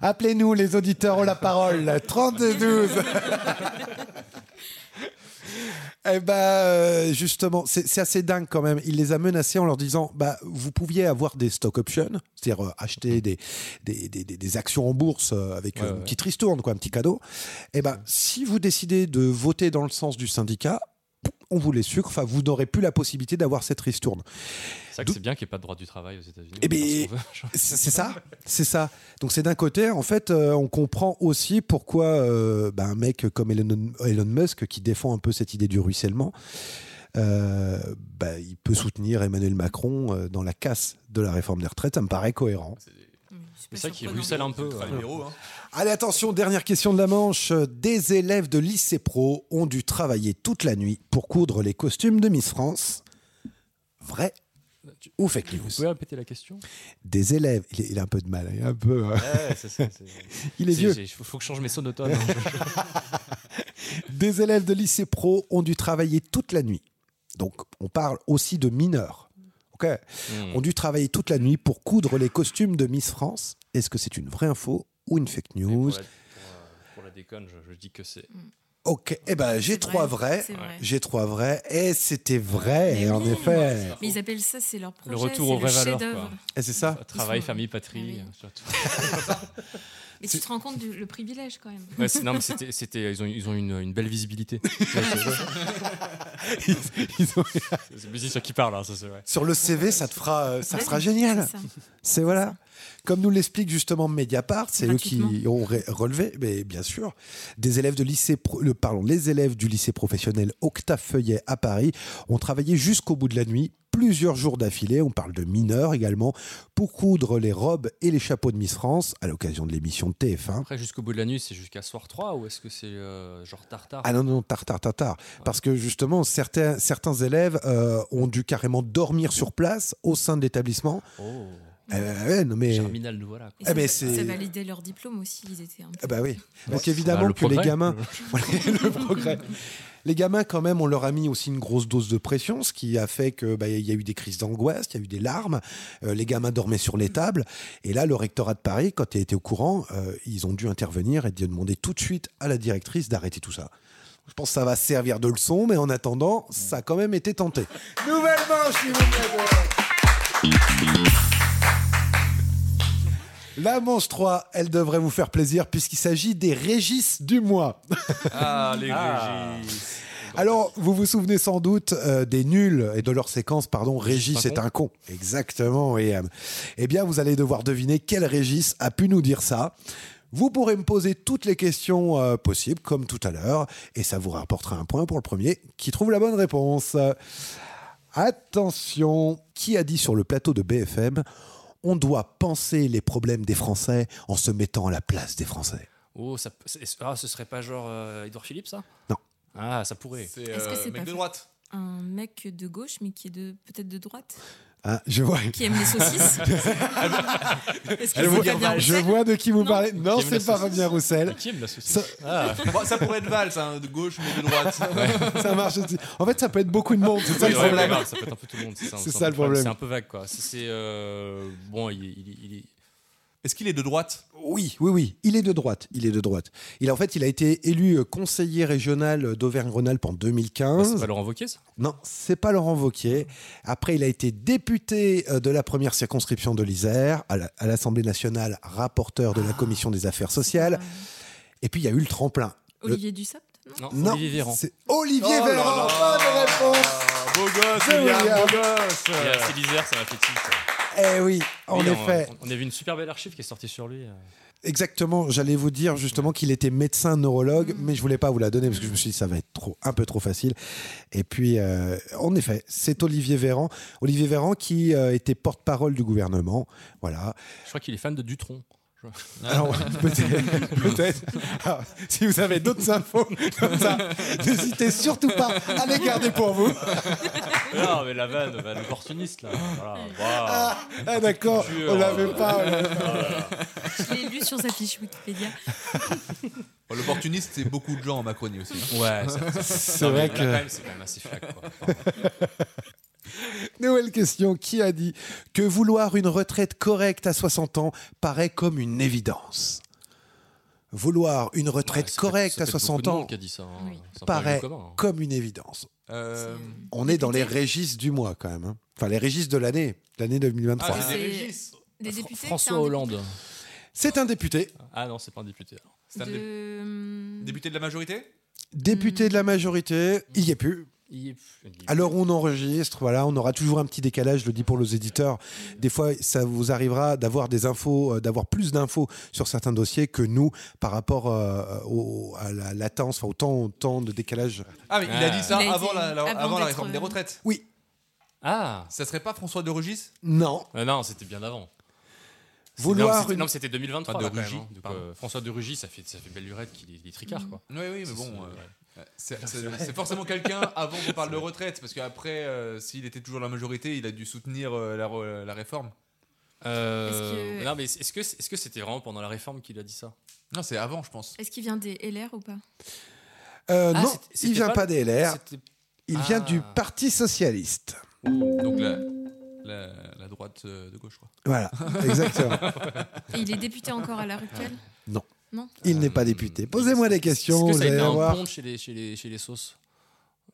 Speaker 22: Appelez-nous, les auditeurs ont la parole. 32 Eh ben, euh, justement, c'est c'est assez dingue quand même. Il les a menacés en leur disant, bah, vous pouviez avoir des stock options, c'est-à-dire euh, acheter des, des, des- des- des actions en bourse euh, avec
Speaker 20: Ouais,
Speaker 22: une
Speaker 20: ouais.
Speaker 22: petite ristourne, quoi, un petit cadeau. Eh ben, si vous décidez de voter dans le sens du syndicat, on vous les sucre. Enfin, vous n'aurez plus la possibilité d'avoir cette ristourne.
Speaker 20: C'est vrai que c'est bien qu'il n'y ait pas de droit du travail aux États-Unis.
Speaker 22: Eh ben, c'est c'est ça, c'est ça. Donc c'est d'un côté, en fait, euh, on comprend aussi pourquoi euh, ben, un mec comme Elon, Elon Musk, qui défend un peu cette idée du ruissellement, euh, ben, il peut soutenir Emmanuel Macron euh, dans la casse de la réforme des retraites. Ça me paraît cohérent.
Speaker 20: C'est ça qui ruisselle un peu. ouais.
Speaker 23: hein.
Speaker 22: Allez, attention, dernière question de la Manche. Des élèves de lycée pro ont dû travailler toute la nuit pour coudre les costumes de Miss France. Vrai ou fake news
Speaker 20: Vous pouvez répéter la question
Speaker 22: Des élèves, il, est- il a un peu de mal, il est un peu. euh,
Speaker 20: Ouais, c'est ça, c'est-
Speaker 22: Il est
Speaker 20: c'est-
Speaker 22: vieux.
Speaker 20: j'ai- Faut, faut que je change mes sonotones. hein.
Speaker 22: Des élèves de lycée pro ont dû travailler toute la nuit. Donc, on parle aussi de mineurs. OK
Speaker 20: Mm.
Speaker 22: Ont dû travailler toute la nuit pour coudre les costumes de Miss France. Est-ce que c'est une vraie info ou une fake news
Speaker 20: Pour la, pour la déconne, je, je dis que c'est.
Speaker 22: Ok, eh ben j'ai trois vrais,
Speaker 2: c'est vrai.
Speaker 22: j'ai trois vrais, et c'était vrai, en effet.
Speaker 2: Mais ils appellent ça, c'est leur projet.
Speaker 20: Le retour aux
Speaker 2: c'est le
Speaker 20: vraies valeurs.
Speaker 2: chef-d'œuvre. Ah
Speaker 20: quoi.
Speaker 22: Et c'est ça
Speaker 20: Travail,
Speaker 2: Ils sont-
Speaker 20: famille, patrie. euh, surtout.
Speaker 2: Mais tu te rends compte du le privilège quand même.
Speaker 20: Ouais, c'est- non, mais c'était, c'était- ils ont, ils ont une, une belle visibilité.
Speaker 22: Ils- ils ont-
Speaker 20: C'est Busy sur qui parle, hein, ça c'est vrai.
Speaker 22: Sur le CV, ça te fera, euh, ça
Speaker 20: Ouais,
Speaker 22: sera
Speaker 20: c'est
Speaker 22: génial.
Speaker 20: ça.
Speaker 22: C'est voilà. Comme nous l'explique justement Mediapart, c'est eux qui
Speaker 20: Gratuitement.
Speaker 22: ont ré- relevé, mais bien sûr, des élèves de lycée, pro- le, pardon, les élèves du lycée professionnel Octave Feuillet à Paris ont travaillé jusqu'au bout de la nuit, plusieurs jours d'affilée. On parle de mineurs également pour coudre les robes et les chapeaux de Miss France à l'occasion de l'émission de TF1.
Speaker 20: Après, jusqu'au bout de la nuit, c'est jusqu'à soir 3 ou est-ce que c'est euh, genre tartare
Speaker 22: Ah non, non, tartare, tartare. Parce que justement, certains, certains élèves euh, ont dû carrément dormir sur place au sein de l'établissement.
Speaker 20: Oh.
Speaker 22: Eh ben, ouais, non, mais...
Speaker 20: Germinal, nous voilà.
Speaker 2: Et
Speaker 20: quoi.
Speaker 2: ça,
Speaker 22: Eh ben,
Speaker 2: ça
Speaker 22: c'est-
Speaker 2: validait leur diplôme aussi, ils étaient un peu-
Speaker 22: Ah bah oui.
Speaker 20: Ouais.
Speaker 22: Donc
Speaker 20: Bah,
Speaker 22: évidemment
Speaker 20: le
Speaker 22: que les
Speaker 20: progrès.
Speaker 22: gamins, Voilà, le progrès. Les gamins, quand même, on leur a mis aussi une grosse dose de pression, ce qui a fait que bah, il y a eu des crises d'angoisse, il y a eu des larmes. euh, les gamins dormaient sur les tables. Et là, le rectorat de Paris, quand il était au courant, euh, ils ont dû intervenir et de demander tout de suite à la directrice d'arrêter tout ça. Je pense que ça va servir de leçon, mais en attendant, ça a quand même été tenté.
Speaker 11: Nouvelle manche, il veut
Speaker 22: La manche 3, elle devrait vous faire plaisir puisqu'il s'agit des Régis du mois.
Speaker 23: Ah, les Régis.
Speaker 22: Alors, vous vous souvenez sans doute euh, des nuls et de leur séquence, pardon, Régis
Speaker 23: c'est un
Speaker 22: est un con. Exactement, et, euh, eh bien, vous allez devoir deviner quel Régis a pu nous dire ça. Vous pourrez me poser toutes les questions euh, possibles, comme tout à l'heure, et ça vous rapportera un point pour le premier qui trouve la bonne réponse. Euh, Attention, qui a dit sur le plateau de BFM On doit penser les problèmes des Français en se mettant à la place des Français
Speaker 20: Oh, ça, c'est- ah, ce serait pas genre euh, Edouard Philippe, ça
Speaker 22: Non.
Speaker 20: Ah, ça pourrait. C'est
Speaker 23: euh,
Speaker 2: Est-ce que c'est pas un mec de gauche mais qui est de peut-être de droite
Speaker 22: Ah, je vois.
Speaker 2: Qui aime les saucisses Est-ce que
Speaker 22: Je
Speaker 2: c'est
Speaker 22: vois,
Speaker 2: Fabien
Speaker 22: je
Speaker 2: Roussel
Speaker 22: vois de qui vous parlez. Non,
Speaker 23: Qui aime la
Speaker 22: c'est pas
Speaker 23: saucisse.
Speaker 22: Fabien Roussel.
Speaker 20: Qui aime la saucisse
Speaker 22: ça,
Speaker 23: Ah. Bon, ça pourrait être Valls, hein, de gauche mais de droite.
Speaker 22: ça marche aussi. En fait, ça peut être beaucoup de monde. C'est ça le
Speaker 20: Oui, ouais,
Speaker 22: problème.
Speaker 20: ouais, ouais, ça peut être un peu tout le monde. C'est ça,
Speaker 22: C'est
Speaker 20: c'est un
Speaker 22: ça,
Speaker 20: peu
Speaker 22: le problème.
Speaker 20: C'est un peu vague, quoi. C'est- C'est euh, bon, il, il- il- il-
Speaker 23: Est-ce qu'il est de droite
Speaker 22: Oui, oui, oui. Il est de droite. Il est de droite. Il, en fait, il a été élu euh, conseiller régional euh, d'Auvergne-Rhône-Alpes en 2015.
Speaker 20: c'est pas Laurent Wauquiez, ça
Speaker 22: Non, c'est pas Laurent Vauquier. Après, il a été député euh, de la première circonscription de l'Isère, à la- à l'Assemblée nationale, rapporteur de la
Speaker 20: Ah.
Speaker 22: commission des affaires sociales. Et puis, il y a eu le tremplin. Le-
Speaker 2: Olivier Dussopt
Speaker 20: Non,
Speaker 22: Non,
Speaker 20: Olivier Véran.
Speaker 22: c'est Olivier
Speaker 23: Oh là
Speaker 22: Véran.
Speaker 23: là.
Speaker 22: Bonne réponse.
Speaker 23: Beau
Speaker 20: Ah,
Speaker 23: gosse,
Speaker 22: De
Speaker 23: William,
Speaker 22: William.
Speaker 23: beau gosse.
Speaker 20: Il y a assez l'Isère, ça m'a fait tilt, ça.
Speaker 22: Eh oui, en
Speaker 20: Oui,
Speaker 22: effet.
Speaker 20: On, on a vu une super belle archive qui est sortie sur lui. euh.
Speaker 22: Exactement, j'allais vous dire justement qu'il était médecin neurologue, mais je voulais pas vous la donner parce que je me suis dit ça va être trop, un peu trop facile. Et puis, euh, en effet, c'est Olivier Véran, Olivier Véran qui euh, était porte-parole du gouvernement, voilà.
Speaker 20: Je crois qu'il est fan de Dutron. Ah.
Speaker 22: Alors, peut-être, peut-être. Alors, si vous avez d'autres infos comme ça, n'hésitez surtout pas à les garder pour vous.
Speaker 20: Non, Ah, mais la vanne, vanne opportuniste, là. Voilà. waouh.
Speaker 22: Ah d'accord,
Speaker 20: Culture.
Speaker 22: on l'avait pas. euh. on l'avait
Speaker 20: Oh
Speaker 22: pas.
Speaker 20: là là.
Speaker 2: Je l'ai lu sur sa fiche Wikipédia.
Speaker 23: Bon, L'opportuniste, c'est beaucoup de gens en Macronie aussi. Euh,
Speaker 20: Ouais, ça-
Speaker 22: C'est
Speaker 20: Non, mais
Speaker 22: vrai
Speaker 20: là,
Speaker 22: que-
Speaker 20: quand même, c'est quand même assez flac, quoi.
Speaker 22: Nouvelle question, qui a dit que vouloir une retraite correcte à 60 ans paraît comme une évidence Vouloir une retraite correcte à 60 ans
Speaker 20: Qui a dit ça, hein. C'est un peu
Speaker 22: paraît
Speaker 20: lieu commun, hein.
Speaker 22: comme une évidence.
Speaker 23: Euh,
Speaker 22: On est dans les régis du mois quand même. hein. Enfin, les régis de l'année, l'année 2023.
Speaker 23: Ah, c'est des
Speaker 2: C'est
Speaker 23: Régis.
Speaker 2: Des députés c'est
Speaker 20: François
Speaker 2: un
Speaker 20: Hollande.
Speaker 22: C'est un député,
Speaker 20: Ah non, c'est pas un député. alors.
Speaker 23: C'est un
Speaker 2: député-
Speaker 23: dé-
Speaker 2: De... hum,
Speaker 23: député de la majorité
Speaker 22: député de la majorité, il y est plus.
Speaker 20: Il est-
Speaker 22: Alors on enregistre, voilà, on aura toujours un petit décalage, je le dis pour les éditeurs. Des fois, ça vous arrivera d'avoir des infos, euh, d'avoir plus d'infos sur certains dossiers que nous par rapport euh, au- à la latence, enfin au temps, au temps de décalage.
Speaker 23: Ah, mais il a dit ça
Speaker 7: Il a
Speaker 23: avant,
Speaker 7: dit-
Speaker 23: la, la-
Speaker 7: avant
Speaker 23: avant la
Speaker 7: d'être,
Speaker 23: réforme des
Speaker 7: euh,
Speaker 23: retraites.
Speaker 22: Oui.
Speaker 23: Ah. Ça serait pas François de Rogis
Speaker 22: Non.
Speaker 20: Euh, non, c'était bien avant.
Speaker 22: Vouloir
Speaker 20: Non, c'était-
Speaker 22: une-
Speaker 20: Non, mais c'était 2023.
Speaker 23: Pas de
Speaker 20: là, quand même,
Speaker 23: Rugy,
Speaker 20: hein. Donc,
Speaker 23: pardon.
Speaker 20: euh, François de Rugy, ça fait, ça fait belle lurette qu'il est, il est tricard, quoi.
Speaker 23: Oui, oui, mais
Speaker 20: C'est
Speaker 23: bon.
Speaker 20: ce-
Speaker 23: euh,
Speaker 20: ouais.
Speaker 23: euh, C'est c'est- c'est forcément quelqu'un avant qu'on parle de retraite, parce qu'après, euh, s'il était toujours la majorité, il a dû soutenir euh, la, re- la réforme.
Speaker 20: Euh, Non, mais est-ce que est-ce que c'était vraiment pendant la réforme qu'il a dit ça
Speaker 23: Non, c'est avant, je pense.
Speaker 2: Est-ce qu'il vient des LR ou pas
Speaker 22: Euh,
Speaker 20: Ah,
Speaker 22: non,
Speaker 20: c'était-
Speaker 22: il
Speaker 20: c'était
Speaker 22: vient
Speaker 20: pas-
Speaker 22: pas des LR,
Speaker 20: c'était-
Speaker 22: il
Speaker 20: Ah.
Speaker 22: vient du Parti socialiste.
Speaker 23: Donc la, la, la droite euh, de gauche, quoi.
Speaker 22: Voilà, exactement.
Speaker 2: Et il est député encore à la Ruckel
Speaker 22: Non.
Speaker 2: Non.
Speaker 22: Il n'est pas député. Posez-moi des
Speaker 20: Est-ce
Speaker 22: questions,
Speaker 20: que
Speaker 22: vous
Speaker 20: ça a
Speaker 22: allez
Speaker 20: été un
Speaker 22: voir.
Speaker 20: pont chez les, chez les, chez les sauces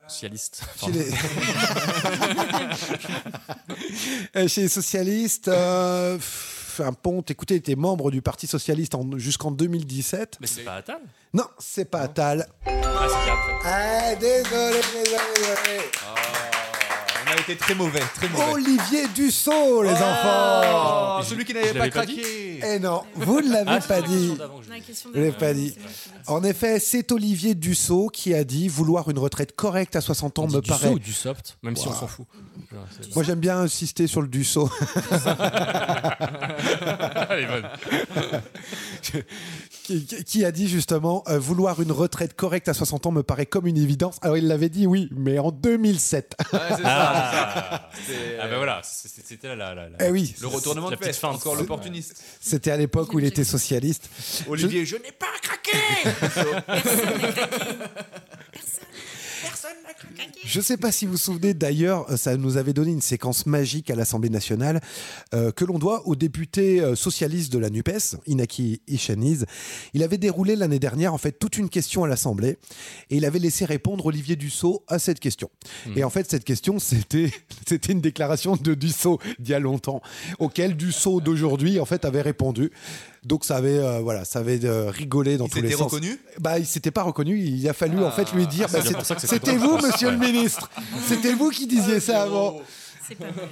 Speaker 20: socialistes
Speaker 22: Chez les-
Speaker 20: Pardon.
Speaker 22: Euh, Chez les socialistes, euh, pff, un ponte, écoutez, il était membre du Parti socialiste en- jusqu'en 2017.
Speaker 20: Mais c'est pas Attal
Speaker 22: Non, c'est pas Attal.
Speaker 20: Ah, c'était après.
Speaker 22: Ah, désolé, désolé, désolé.
Speaker 23: Ah. On a été très mauvais, très mauvais.
Speaker 22: Olivier Dussault, les
Speaker 7: Oh.
Speaker 22: enfants
Speaker 23: celui qui n'avait
Speaker 22: je
Speaker 23: pas
Speaker 22: l'avais pas
Speaker 23: craqué.
Speaker 22: Eh non, vous ne l'avez
Speaker 23: Ah, c'est
Speaker 22: pas
Speaker 23: la
Speaker 22: dit.
Speaker 23: question d'avant que je
Speaker 2: La
Speaker 23: dis.
Speaker 2: question
Speaker 22: Je l'ai pas dit. En effet, c'est Olivier Dussault qui a dit vouloir une retraite correcte à 60 ans
Speaker 20: On dit
Speaker 22: me
Speaker 20: du saut
Speaker 22: paraît.
Speaker 20: ou du soft, même si on
Speaker 22: Ouah.
Speaker 20: s'en fout. Genre, c'est-
Speaker 22: Moi, j'aime bien insister sur le Dussault.
Speaker 20: Elle est bonne.
Speaker 22: qui, qui- qui a dit justement euh, vouloir une retraite correcte à 60 ans me paraît comme une évidence. Alors il l'avait dit oui, mais en 2007.
Speaker 23: Ouais, c'est ça,
Speaker 20: Ah,
Speaker 23: c'est ça.
Speaker 20: ah ben voilà, c'est- c'est- c'était là la, la, la-
Speaker 22: Eh oui.
Speaker 23: Le retournement
Speaker 20: la
Speaker 23: de
Speaker 20: petite
Speaker 23: veste,
Speaker 20: feinte.
Speaker 23: encore l'opportuniste.
Speaker 22: C'était à l'époque où il était socialiste.
Speaker 23: Olivier, je, n'ai pas craqué
Speaker 5: Personne n'a craqué.
Speaker 22: Je ne sais pas si vous vous souvenez d'ailleurs, euh, ça nous avait donné une séquence magique à l'Assemblée nationale euh, que l'on doit au député euh, socialiste de la NUPES, Inaki Ishaniz. Il avait déroulé l'année dernière en fait toute une question à l'Assemblée et il avait laissé répondre Olivier Dussault à cette question.
Speaker 23: Hmm.
Speaker 22: Et en fait, cette question, c'était c'était une déclaration de Dussault d'il y a longtemps, auquel Dussault d'aujourd'hui en fait avait répondu. Donc ça avait euh, voilà, ça avait euh, rigolé dans tous les
Speaker 23: s'était
Speaker 22: sens.
Speaker 23: reconnu
Speaker 22: Bah, il s'était pas reconnu. Il a fallu en fait lui dire,
Speaker 23: Ah, c'est
Speaker 22: bah,
Speaker 23: bien
Speaker 22: c'est-
Speaker 23: pour ça que c'était
Speaker 22: c'était
Speaker 23: drôle,
Speaker 22: vous,
Speaker 23: je pense.
Speaker 22: Monsieur le
Speaker 23: Ouais. oh.
Speaker 22: ministre. C'était vous qui disiez ça avant.
Speaker 2: C'est pas mal.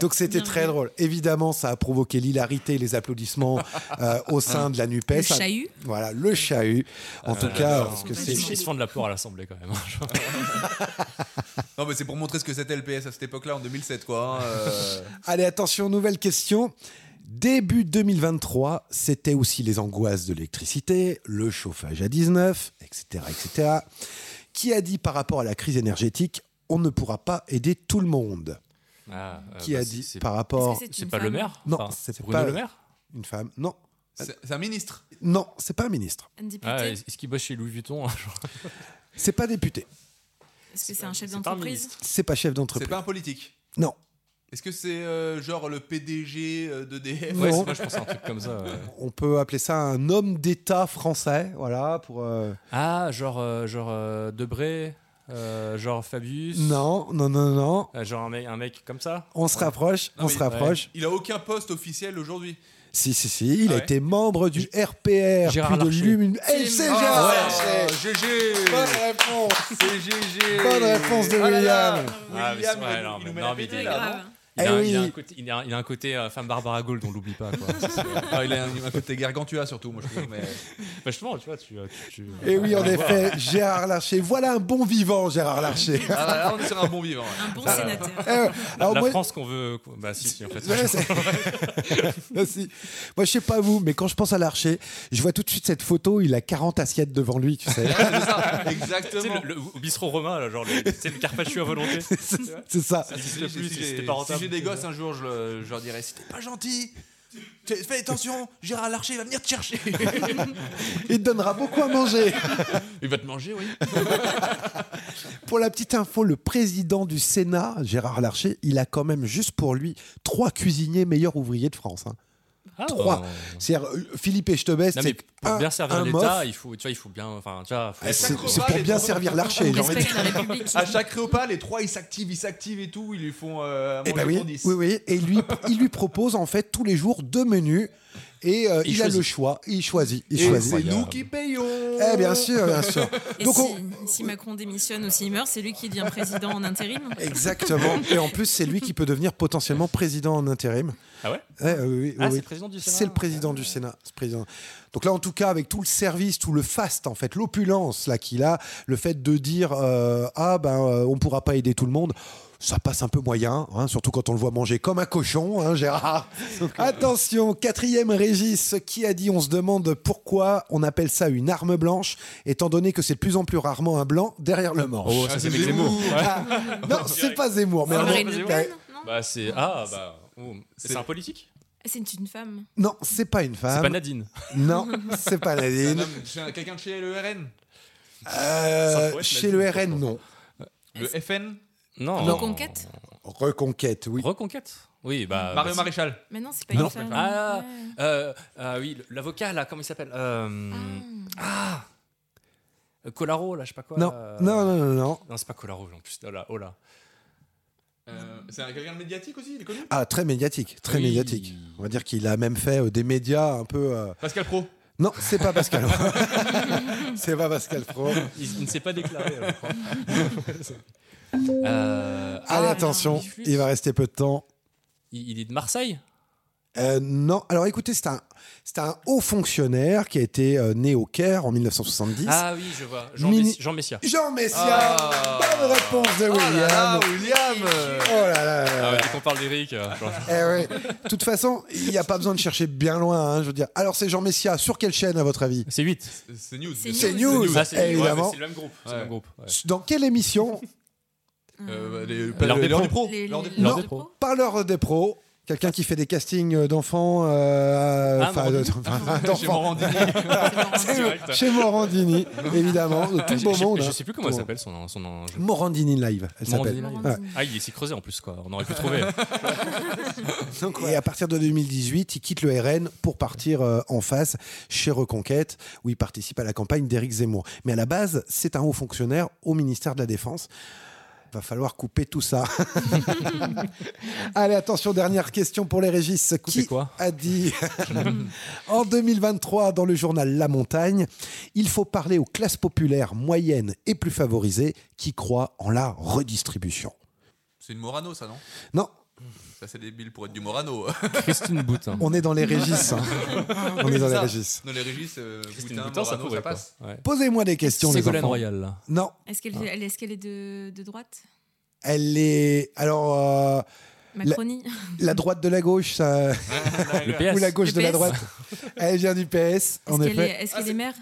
Speaker 22: Donc c'était très drôle. Évidemment, ça a provoqué l'hilarité, les applaudissements euh, au sein de la Nupes.
Speaker 2: Le chahut.
Speaker 22: Voilà, le chahut. En
Speaker 23: Euh,
Speaker 22: tout cas, parce que c'est.
Speaker 20: Ils se font de la peur à l'Assemblée quand même. hein,
Speaker 23: Non, mais c'est pour montrer ce que c'était le PS à cette époque-là, en 2007, quoi. hein, euh.
Speaker 22: Allez, attention, nouvelle question. Début 2023, c'était aussi les angoisses de l'électricité, le chauffage à 19, etc., etc. Qui a dit par rapport à la crise énergétique, on ne pourra pas aider tout le monde
Speaker 23: Ah
Speaker 22: Qui
Speaker 23: bah
Speaker 22: a dit par rapport
Speaker 20: Ah, euh, bah, C'est pas le maire
Speaker 22: Non,
Speaker 20: Enfin,
Speaker 22: c'est
Speaker 20: Bruno
Speaker 22: pas
Speaker 20: le maire
Speaker 22: Une femme Non.
Speaker 23: C'est c'est un ministre.
Speaker 22: Non, c'est pas un ministre.
Speaker 2: Un député
Speaker 20: Ah, Est-ce qu'il bosse chez Louis Vuitton hein, genre
Speaker 22: C'est pas député.
Speaker 2: Est-ce que c'est un chef
Speaker 20: pas un
Speaker 2: d'entreprise
Speaker 22: C'est pas chef
Speaker 23: C'est
Speaker 22: d'entreprise.
Speaker 23: pas un politique.
Speaker 22: Non.
Speaker 23: Est-ce que c'est euh, genre le PDG euh, d'EDF
Speaker 22: Non.
Speaker 20: ouais.
Speaker 22: On peut appeler ça un homme d'État français, voilà, pour. euh,
Speaker 20: Ah, genre, euh, genre euh, Debré, euh, genre Fabius
Speaker 22: Non, non, non, non.
Speaker 20: Euh, genre un mec, un mec comme ça
Speaker 22: On se rapproche,
Speaker 20: Non,
Speaker 22: on
Speaker 20: mais-
Speaker 22: se rapproche.
Speaker 23: Il a aucun poste officiel aujourd'hui.
Speaker 22: Si, si, si. Il
Speaker 23: Ah
Speaker 22: a
Speaker 23: ouais
Speaker 22: été membre du RPR,
Speaker 23: Gérard
Speaker 22: puis de
Speaker 23: Larcher.
Speaker 22: l'Umun. Eh, c'est Gérard
Speaker 23: Ah,
Speaker 22: Larcher
Speaker 23: GG
Speaker 22: Bonne réponse
Speaker 23: C'est GG
Speaker 22: Bonne réponse de
Speaker 23: Ah là là.
Speaker 22: William.
Speaker 20: Ah, mais
Speaker 23: William,
Speaker 20: c'est- ouais,
Speaker 23: il-
Speaker 20: non,
Speaker 23: il
Speaker 20: mais-
Speaker 23: nous met
Speaker 20: non,
Speaker 23: la
Speaker 20: mais
Speaker 23: pédale,
Speaker 20: il
Speaker 23: là,
Speaker 20: a- il
Speaker 23: non
Speaker 20: a
Speaker 22: Ah
Speaker 20: un-
Speaker 23: Eh
Speaker 20: il a un
Speaker 23: oui.
Speaker 20: côté- il a un- il a un côté euh, femme Barbara Gold, on l'oublie pas. Quoi.
Speaker 23: Ah, il a un, un côté gargantua surtout, moi je trouve. Mais...
Speaker 20: Bah, justement, tu vois, tu. euh, tu- tu-
Speaker 22: Et Eh oui, en
Speaker 23: Ah,
Speaker 20: Voilà.
Speaker 22: effet, Gérard Larcher. Voilà un bon vivant, Gérard Larcher.
Speaker 23: Ah, là, là, on est sur un bon vivant.
Speaker 2: Un bon
Speaker 22: Eh ouais.
Speaker 20: La,
Speaker 22: Alors moi-
Speaker 20: France qu'on veut. qu'on- Bah, si, si, en fait.
Speaker 22: Ouais, c'est- Ah, si. Moi, je sais pas vous, mais quand je pense à l'archer, je vois tout de suite cette photo. Il a 40 assiettes devant lui, tu sais.
Speaker 20: Exactement. le, le- au bistrot romain, là, genre, le, c'est le carpaccio à volonté.
Speaker 22: C'est ça.
Speaker 20: Si, si,
Speaker 23: Ah, Si,
Speaker 20: le
Speaker 23: si,
Speaker 20: plus,
Speaker 23: si,
Speaker 20: si
Speaker 23: j'ai-
Speaker 20: c'était pas
Speaker 23: si
Speaker 20: rentable.
Speaker 23: j'ai des gosses un jour, je, le- je leur dirai si t'es pas gentil, t'es- fais attention, Gérard Larcher il va venir te chercher.
Speaker 22: Il te donnera beaucoup à manger.
Speaker 23: il va te manger, oui.
Speaker 22: Pour la petite info, le président du Sénat, Gérard Larcher, il a quand même juste pour lui trois cuisiniers meilleurs ouvriers de France. hein. trois.
Speaker 20: ouais.
Speaker 22: C'est-à-dire euh, Philippe Echtebest,
Speaker 20: Non, mais
Speaker 22: c'est
Speaker 20: pour
Speaker 22: un-
Speaker 20: bien servir
Speaker 22: un
Speaker 20: l'État,
Speaker 22: mof.
Speaker 20: il faut, tu vois, il faut bien, enfin, tu vois, faut-
Speaker 22: Ah, c'est-
Speaker 20: faut-
Speaker 22: c'est pour bien servir l'archer. j'ai envie de dire.
Speaker 23: À chaque repas, les trois ils s'activent, ils s'activent et tout, ils lui font euh, à
Speaker 22: Eh
Speaker 23: manger
Speaker 22: ben oui,
Speaker 23: pour dix.
Speaker 22: oui, oui. Et lui, il lui propose en fait tous les jours deux menus et euh,
Speaker 7: Il
Speaker 22: il, a
Speaker 7: choisit.
Speaker 22: le choix, il choisit, il
Speaker 7: Et
Speaker 22: choisit.
Speaker 7: c'est nous qui payons.
Speaker 22: Eh bien sûr, bien sûr.
Speaker 2: Et
Speaker 22: Donc
Speaker 2: si,
Speaker 22: on-
Speaker 2: si Macron démissionne ou s'il meurt, c'est lui qui devient président en intérim.
Speaker 22: Exactement. Et en plus, c'est lui qui peut devenir potentiellement président en intérim. Eh,
Speaker 20: Ah ouais
Speaker 22: oui, oui,
Speaker 20: Ah,
Speaker 22: oui.
Speaker 20: c'est le président du Sénat.
Speaker 22: C'est le président du Sénat. ce président. Donc là, en tout cas, avec tout le service, tout le faste, en fait, l'opulence là qu'il a, le fait de dire euh, ah ben euh, on pourra pas aider tout le monde. Ça passe un peu moyen, hein, surtout quand on le voit manger comme un cochon, hein, Gérard. Attention, quatrième Régis qui a dit on se demande pourquoi on appelle ça une arme blanche, étant donné que c'est de plus en plus rarement un blanc derrière le manche.
Speaker 20: Oh, ça, Ah, c'est c'est Zemmour. Zemmour.
Speaker 22: Ah, non, c'est pas Zemmour, mais
Speaker 20: Ah,
Speaker 22: un
Speaker 20: non,
Speaker 22: bon-
Speaker 20: pas Zemmour. Bah, c'est. Ah, bah. oh, C'est un politique
Speaker 2: C'est une femme.
Speaker 22: Non, c'est pas une femme.
Speaker 20: C'est pas Nadine.
Speaker 22: Non, c'est pas Nadine.
Speaker 23: C'est un- Quelqu'un de chez le RN
Speaker 22: Euh, chez le RN, non.
Speaker 23: Le FN
Speaker 20: Non.
Speaker 2: Reconquête
Speaker 22: Reconquête, oui.
Speaker 20: Reconquête Oui, bah.
Speaker 23: Mario
Speaker 20: bah,
Speaker 23: Maréchal.
Speaker 2: Mais non, c'est pas
Speaker 20: Non.
Speaker 2: une femme.
Speaker 20: Ah,
Speaker 2: Ouais.
Speaker 20: euh, ah oui, le- l'avocat là, comment il s'appelle Euh,
Speaker 23: Mm.
Speaker 20: Ah
Speaker 2: Ah.
Speaker 20: Euh, Colaro là, je sais pas quoi.
Speaker 22: Non.
Speaker 20: euh,
Speaker 22: Non, non, non, non.
Speaker 20: Non, c'est pas Colaro en plus. Oh là, oh là.
Speaker 23: Euh, C'est un- quelqu'un de médiatique aussi, il est connu
Speaker 22: Ah, très médiatique, très médiatique. On va dire qu'il a même fait euh, des médias un peu. euh,
Speaker 23: Pascal Pro.
Speaker 22: Non, c'est pas Pascal. c'est pas Pascal Pro.
Speaker 20: Il, il ne s'est pas déclaré. alors, je crois. Euh,
Speaker 22: Allez,
Speaker 20: ah,
Speaker 22: attention,
Speaker 20: Dreyfus.
Speaker 22: il va rester peu de temps.
Speaker 20: Il, il est de Marseille
Speaker 22: Euh, non, alors écoutez, c'est un, c'est un haut fonctionnaire qui a été euh, né au Caire en 1970.
Speaker 20: Ah oui, je vois. Jean,
Speaker 22: Mini-
Speaker 20: Messi- Jean Messia.
Speaker 22: Jean Messia Bonne réponse
Speaker 20: Oh
Speaker 22: de Ah, William
Speaker 2: Ah,
Speaker 20: William
Speaker 22: Oh là là là
Speaker 20: Ah ouais,
Speaker 22: là.
Speaker 20: dès qu'on parle d'Eric. euh, genre-
Speaker 22: Eh ouais. De toute façon, il n'y a pas besoin de chercher bien loin. hein, je veux dire. Alors, c'est Jean Messia. Sur quelle chaîne, à votre avis
Speaker 20: C'est 8.
Speaker 23: C'est News.
Speaker 22: C'est C'est News. News.
Speaker 20: Ah, c'est
Speaker 22: Eh, évidemment.
Speaker 20: Ouais, c'est le même groupe. c'est le même groupe, ouais.
Speaker 22: Dans quelle émission
Speaker 2: Mm.
Speaker 23: Euh, les-
Speaker 20: L'heure
Speaker 23: les-
Speaker 20: des
Speaker 23: l'heure
Speaker 20: pros.
Speaker 23: des pros.
Speaker 20: Les-
Speaker 23: L'heure des-
Speaker 20: L'heure
Speaker 22: Non,
Speaker 20: des pros.
Speaker 22: Par l'heure des pros. Quelqu'un qui fait des castings euh, d'enfants. euh,
Speaker 20: Ah,
Speaker 22: enfin,
Speaker 20: Morandini.
Speaker 22: de- enfin,
Speaker 20: Chez
Speaker 22: d'enfants.
Speaker 20: Morandini.
Speaker 22: C'est
Speaker 20: Direct.
Speaker 22: Chez Morandini, évidemment, de tout
Speaker 20: Je-
Speaker 22: beau
Speaker 20: je-
Speaker 22: monde.
Speaker 20: Je
Speaker 22: hein.
Speaker 20: sais plus comment
Speaker 22: Tout
Speaker 20: elle
Speaker 22: beau.
Speaker 20: s'appelle son nom. Son nom je-
Speaker 22: Morandini Live, elle s'appelle.
Speaker 20: Morandini.
Speaker 22: Ouais.
Speaker 20: Ah, il s'est creusé en plus, quoi. On aurait pu trouver.
Speaker 22: Et à partir de 2018, il quitte le RN pour partir euh, en face chez Reconquête, où il participe à la campagne d'Éric Zemmour. Mais à la base, c'est un haut fonctionnaire au ministère de la Défense. Va falloir couper tout ça. Allez, attention, dernière question pour les Régis. Qui a dit en 2023 dans le journal La Montagne, il faut parler aux classes populaires moyennes et plus favorisées qui croient en la redistribution.
Speaker 23: C'est une Morano, ça, non
Speaker 22: Non.
Speaker 23: Ça, c'est débile pour être du Morano.
Speaker 20: Christine Boutin.
Speaker 22: On est dans les Régis, hein. On est dans les
Speaker 23: Ça,
Speaker 22: Régis.
Speaker 23: Dans les Régis, euh,
Speaker 20: Christine
Speaker 23: Boutin,
Speaker 20: Boutin, ça
Speaker 23: Morano, ça,
Speaker 20: pourrait, quoi.
Speaker 23: passe. Ah.
Speaker 20: Ouais.
Speaker 22: Posez-moi des questions, les
Speaker 20: Ségolène
Speaker 22: enfants.
Speaker 20: Royal, là.
Speaker 22: Non.
Speaker 2: Est-ce qu'elle elle- est-ce qu'elle est de, de droite
Speaker 22: Elle est. Alors. euh,
Speaker 2: Macronie.
Speaker 22: La, la droite de la gauche, ça.
Speaker 2: Le
Speaker 22: Ou la
Speaker 2: PS.
Speaker 22: gauche
Speaker 2: Le
Speaker 22: de la
Speaker 2: PS.
Speaker 22: droite. Elle vient du PS, en
Speaker 2: Est-ce qu'elle est,
Speaker 22: effet.
Speaker 23: Ah,
Speaker 2: est-ce qu'elle est maire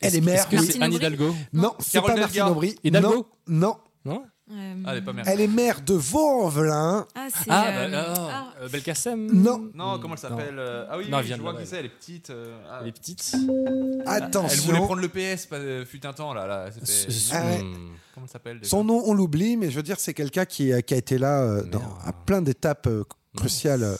Speaker 22: Elle est maire.
Speaker 20: Est-ce que
Speaker 22: oui.
Speaker 20: c'est Anne Hidalgo
Speaker 22: Non, c'est pas
Speaker 20: Caroline
Speaker 22: Martine
Speaker 20: Delga.
Speaker 22: Aubry.
Speaker 20: Hidalgo
Speaker 22: Non. non.
Speaker 20: Non
Speaker 2: Euh,
Speaker 20: Ah, elle est pas mère.
Speaker 22: Elle est maire de Vaux-en-Velin.
Speaker 2: Ah, c'est.
Speaker 20: Ah,
Speaker 2: euh,
Speaker 20: bah,
Speaker 2: ah.
Speaker 20: ah, euh, Belkacem
Speaker 22: Non.
Speaker 23: Non, comment elle s'appelle euh, Ah oui,
Speaker 20: Non, elle
Speaker 23: oui,
Speaker 20: vient
Speaker 23: je
Speaker 20: de
Speaker 23: vois
Speaker 20: là,
Speaker 23: qui
Speaker 20: elle.
Speaker 23: c'est, elle est petite. euh, ah.
Speaker 20: Elle est petite.
Speaker 23: Elle
Speaker 22: Attention.
Speaker 23: voulait prendre le PS, pas- euh, fut un temps, là. là elle s'est fait-
Speaker 22: Ce- Ah ouais.
Speaker 23: Comment elle s'appelle déjà
Speaker 22: Son nom, on l'oublie, mais je veux dire, c'est quelqu'un qui, euh, qui a été là euh, dans- à plein d'étapes euh, cruciales.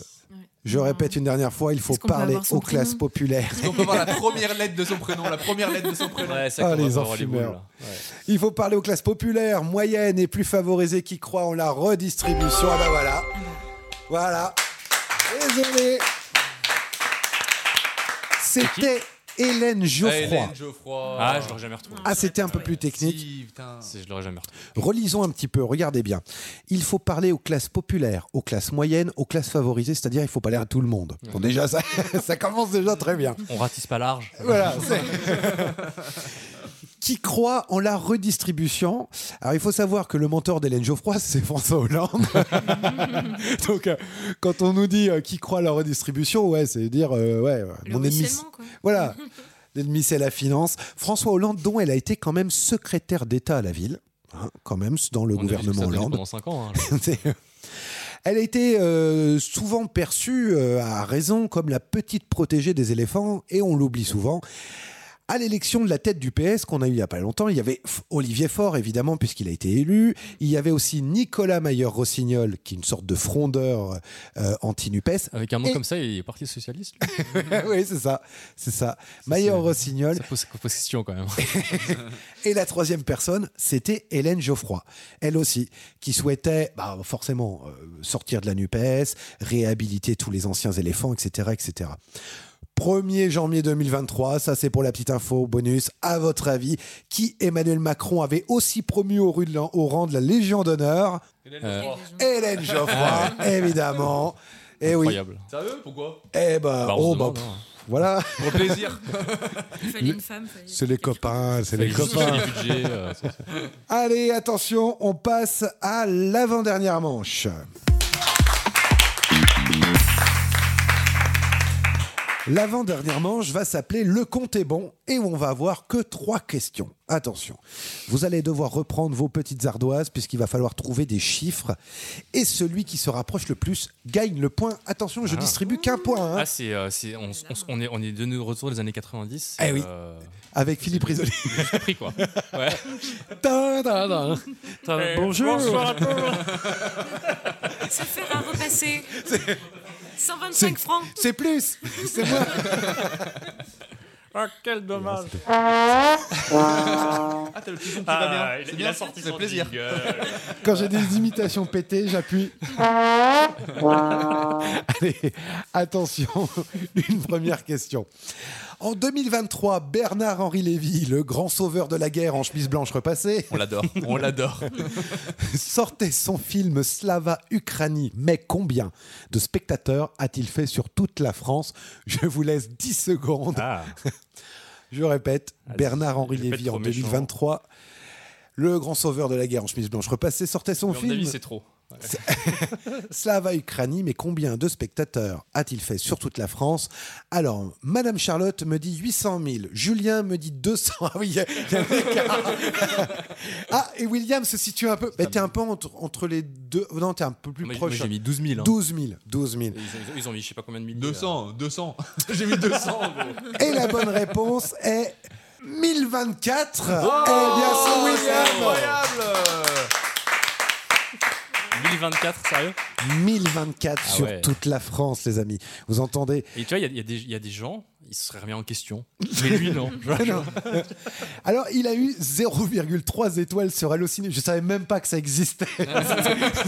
Speaker 22: Je répète une dernière fois, il faut
Speaker 23: qu'on peut
Speaker 22: parler
Speaker 23: avoir son
Speaker 22: aux classes
Speaker 23: prénom
Speaker 22: populaires.
Speaker 23: Est-ce qu'on peut avoir la première lettre de son prénom La première lettre de son prénom
Speaker 20: Ouais, ça
Speaker 22: Ah,
Speaker 20: commence
Speaker 22: les
Speaker 20: à avoir les
Speaker 22: enfumeurs.
Speaker 20: boules, là. Ouais.
Speaker 22: Il faut parler aux classes populaires, moyennes et plus favorisées qui croient en la redistribution. Ah bah voilà. Voilà. Désolé. C'était Hélène Geoffroy.
Speaker 20: Ah, Hélène Geoffroy. Ah, je l'aurais jamais retrouvée.
Speaker 22: Ah, c'était un peu plus technique.
Speaker 20: Si, Je l'aurais jamais retrouvé.
Speaker 22: Relisons un petit peu, regardez bien. Il faut parler aux classes populaires, aux classes moyennes, aux classes favorisées, c'est-à-dire il faut parler à tout le monde. Bon, déjà, ça, ça commence déjà très bien.
Speaker 20: On ratisse pas large.
Speaker 22: Voilà, c'est- Qui croit en la redistribution Alors, il faut savoir que le mentor d'Hélène Geoffroy, c'est François Hollande. Donc, euh, quand on nous dit euh, qui croit à la redistribution, ouais, c'est dire, euh, ouais, mon ennemi.
Speaker 2: ruissellement, quoi.
Speaker 22: Voilà. L'ennemi, c'est la finance. François Hollande, dont elle a été quand même secrétaire d'État à la ville, hein, quand même, dans le
Speaker 20: On a
Speaker 22: gouvernement
Speaker 20: juste attendu
Speaker 22: Hollande.
Speaker 20: pendant 5 ans. hein.
Speaker 22: C'est- Elle a été euh, souvent perçue, euh, à raison, comme la petite protégée des éléphants, et on l'oublie souvent. À l'élection de la tête du PS qu'on a eu il n'y a pas longtemps, il y avait F- Olivier Faure, évidemment, puisqu'il a été élu. Il y avait aussi Nicolas Mayer-Rossignol, qui est une sorte de frondeur euh, anti-NUPES.
Speaker 20: Avec un nom
Speaker 22: Et-
Speaker 20: comme ça, il est parti socialiste. lui.
Speaker 22: oui, c'est ça. C'est ça. Mayer-Rossignol.
Speaker 20: Ça pose, pose question quand même.
Speaker 22: Et la troisième personne, c'était Hélène Geoffroy, elle aussi, qui souhaitait bah, forcément euh, sortir de la NUPES, réhabiliter tous les anciens éléphants, etc. etc. 1er janvier 2023. Ça, c'est pour la petite info bonus. À votre avis, qui Emmanuel Macron avait aussi promu au, rue de l'en- au rang de la Légion d'honneur
Speaker 23: Euh.
Speaker 22: Hélène Geoffroy, évidemment. Et oui.
Speaker 23: Ah Incroyable. Sérieux Pourquoi
Speaker 22: Eh ben,
Speaker 23: Bah, on
Speaker 22: oh,
Speaker 23: se
Speaker 22: bah,
Speaker 23: demande,
Speaker 22: pff,
Speaker 23: hein.
Speaker 22: voilà.
Speaker 23: Pour le plaisir. Il fallait une
Speaker 2: femme, fallait-
Speaker 22: C'est les copains, c'est les
Speaker 23: Fallait
Speaker 22: copains. Hein
Speaker 23: justifier les budgets, euh, c'est-
Speaker 22: Allez, attention, on passe à l'avant-dernière manche. L'avant-dernière manche va s'appeler Le compte est bon et on va avoir que trois questions. Attention, vous allez devoir reprendre vos petites ardoises puisqu'il va falloir trouver des chiffres et celui qui se rapproche le plus gagne le point. Attention, je
Speaker 20: Ah.
Speaker 22: distribue qu'un point. hein.
Speaker 20: Ah, c'est, euh, c'est- on, on- on est, on est de nous- retour des années 90.
Speaker 22: Eh oui.
Speaker 20: euh,
Speaker 22: Avec Philippe Risoli.
Speaker 20: j'ai pris quoi. Ouais.
Speaker 22: Tin, tin, tin.
Speaker 20: Tin, Eh, bonjour. bonsoir à tous.
Speaker 2: Se faire à repasser. 125
Speaker 22: C'est-
Speaker 2: francs.
Speaker 22: C'est plus. C'est moins.
Speaker 20: Ah, quel dommage.
Speaker 23: Ah, t'as le petit son qui
Speaker 20: Ah,
Speaker 23: va bien.
Speaker 20: il-
Speaker 23: C'est
Speaker 20: il
Speaker 23: bien,
Speaker 20: a sorti euh.
Speaker 23: ça fait
Speaker 20: son
Speaker 23: plaisir.
Speaker 20: jingle.
Speaker 22: Quand j'ai des imitations pétées, j'appuie. Allez, attention, une première question. En 2023, Bernard-Henri Lévy, le grand sauveur de la guerre en chemise blanche repassée,
Speaker 23: On l'adore, on l'adore.
Speaker 22: sortait son film Slava Ukraini. Mais combien de spectateurs a-t-il fait sur toute la France Je vous laisse 10 secondes. Je répète, Bernard-Henri
Speaker 20: Ah. je vais pas
Speaker 22: Lévy en
Speaker 20: être trop méchant.
Speaker 22: 2023, le grand sauveur de la guerre en chemise blanche repassée, sortait son
Speaker 20: Mais à mon
Speaker 22: film.
Speaker 20: avis, c'est trop. Ouais.
Speaker 22: Slava Ukraini, mais combien de spectateurs a-t-il fait sur toute la France Alors, Madame Charlotte me dit 800 000, Julien me dit 200. Ah oui, il y a- il y a un écart. Ah, et William se situe un peu. Mais t'es un peu entre, entre les deux. Non, t'es un peu plus
Speaker 20: Moi, j'ai-
Speaker 22: proche.
Speaker 20: moi, j'ai mis 12 000, hein.
Speaker 22: 12 000. 12 000.
Speaker 20: Ils ont, ils ont mis je sais pas combien de milliers.
Speaker 23: 200, 200. J'ai mis 200. en gros.
Speaker 22: Et la bonne réponse est 1024. eh bien, c'est William.
Speaker 23: Incroyable
Speaker 20: euh, 1024, sérieux
Speaker 22: 1024
Speaker 20: Ah
Speaker 22: sur
Speaker 20: ouais.
Speaker 22: toute la France, les amis. Vous entendez
Speaker 20: Et tu vois, il y a- il y, a des- il y a des gens, ils se seraient remis en question. Mais lui, non. Genre,
Speaker 22: Non. Alors, il a eu 0,3 étoiles sur Allociné. Je savais même pas que ça existait.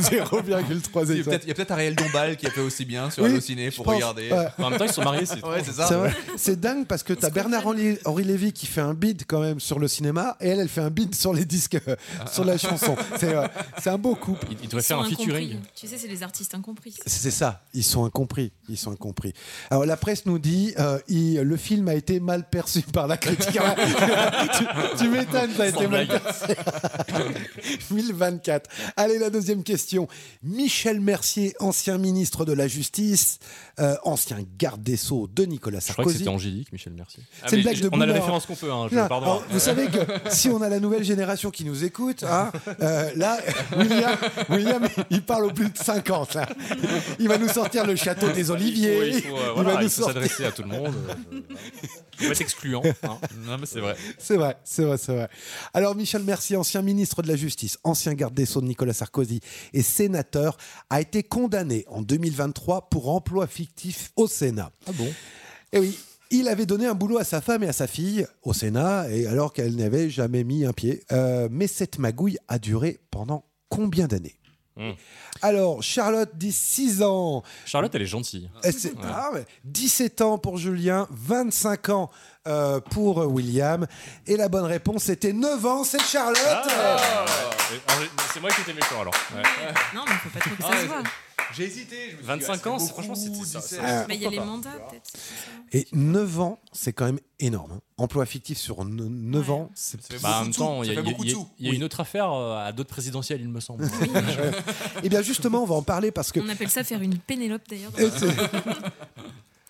Speaker 22: 0,3
Speaker 23: Il y a
Speaker 22: étoiles.
Speaker 23: peut-être peut un Ariel Dombal qui a fait aussi bien sur
Speaker 22: Oui,
Speaker 23: Allociné pour
Speaker 22: je pense,
Speaker 23: regarder.
Speaker 22: ouais.
Speaker 20: En même temps, ils sont mariés, c'est
Speaker 23: Ouais, c'est ça.
Speaker 22: C'est vrai. C'est dingue parce que t'as Bernard Henri, Henri Lévy qui fait un bid quand même sur le cinéma et elle, elle fait un bid sur les disques, euh, sur la chanson. C'est euh, c'est un beau couple.
Speaker 20: Il, il devrait faire un featuring.
Speaker 2: Tu sais, c'est les artistes incompris.
Speaker 22: C'est ça, ils sont incompris, ils sont incompris. Alors la presse nous dit, euh, il- le film a été mal perçu par la critique. tu tu m'étonnes, ça a
Speaker 20: Sans
Speaker 22: été mal
Speaker 20: blague.
Speaker 22: perçu. 1024. Allez, la deuxième question. Michel Mercier, ancien ministre de la Justice, euh, ancien garde des Sceaux de Nicolas
Speaker 20: Je crois que
Speaker 22: Sarkozy.
Speaker 20: c'était Angélique, Michel Mercier. Ah,
Speaker 22: C'est
Speaker 20: mais
Speaker 22: une blague de
Speaker 20: On a la
Speaker 22: boomer,
Speaker 20: référence
Speaker 22: hein.
Speaker 20: qu'on peut, hein, je-
Speaker 22: Non,
Speaker 20: pardon.
Speaker 22: alors, vous savez que si on a la nouvelle génération qui nous écoute, hein, euh, là, William, William, il parle au plus de 50. là. Il va nous sortir le château des Oliviers.
Speaker 20: Il faut, il faut, euh,
Speaker 22: Il
Speaker 20: voilà,
Speaker 22: va
Speaker 20: il
Speaker 22: nous
Speaker 20: faut
Speaker 22: sortir-
Speaker 20: s'adresser à tout le monde. Il faut être excluant. hein. Non, mais c'est vrai.
Speaker 22: C'est vrai, c'est vrai, c'est vrai. Alors, Michel Mercier, ancien ministre de la Justice, ancien garde des Sceaux de Nicolas Sarkozy et sénateur, a été condamné en 2023 pour emploi fictif au Sénat.
Speaker 20: Ah bon
Speaker 22: Eh oui. Il avait donné un boulot à sa femme et à sa fille au Sénat, et alors qu'elle n'avait jamais mis un pied. Euh, mais cette magouille a duré pendant combien d'années
Speaker 20: Hum.
Speaker 22: Alors, Charlotte dit 6 ans.
Speaker 20: Charlotte, elle est gentille.
Speaker 22: Et c'est-
Speaker 20: Ouais.
Speaker 22: ah ouais. 17 ans pour Julien, 25 ans euh, pour William. Et la bonne réponse était 9 ans, c'est Charlotte.
Speaker 20: Ah Et Angé- mais C'est moi qui étais méchant alors. Ouais.
Speaker 2: Non, mais faut pas trop que ça
Speaker 23: Ah,
Speaker 2: se voit.
Speaker 23: J'ai hésité. Je me suis dit,
Speaker 20: 25
Speaker 23: ah,
Speaker 20: ans,
Speaker 23: c'est
Speaker 20: c'est- franchement,
Speaker 23: beaucoup,
Speaker 20: c'était ça.
Speaker 23: 17.
Speaker 22: Ah.
Speaker 2: Mais Bah, il y a les
Speaker 23: Pourquoi pas
Speaker 2: mandats, peut-être. c'est ça
Speaker 22: Et 9 ans, c'est quand même énorme. hein. Emploi fictif sur 9 ans, c'est
Speaker 20: Bah, en même temps, il y a,
Speaker 23: Ça fait
Speaker 20: il y a-
Speaker 23: beaucoup de
Speaker 20: il y a-
Speaker 23: sous.
Speaker 20: il y a une autre affaire euh, à d'autres présidentielles, il me semble.
Speaker 22: Et Eh bien justement, on va en parler parce que
Speaker 2: On appelle ça faire une Pénélope d'ailleurs.
Speaker 22: Et c'est-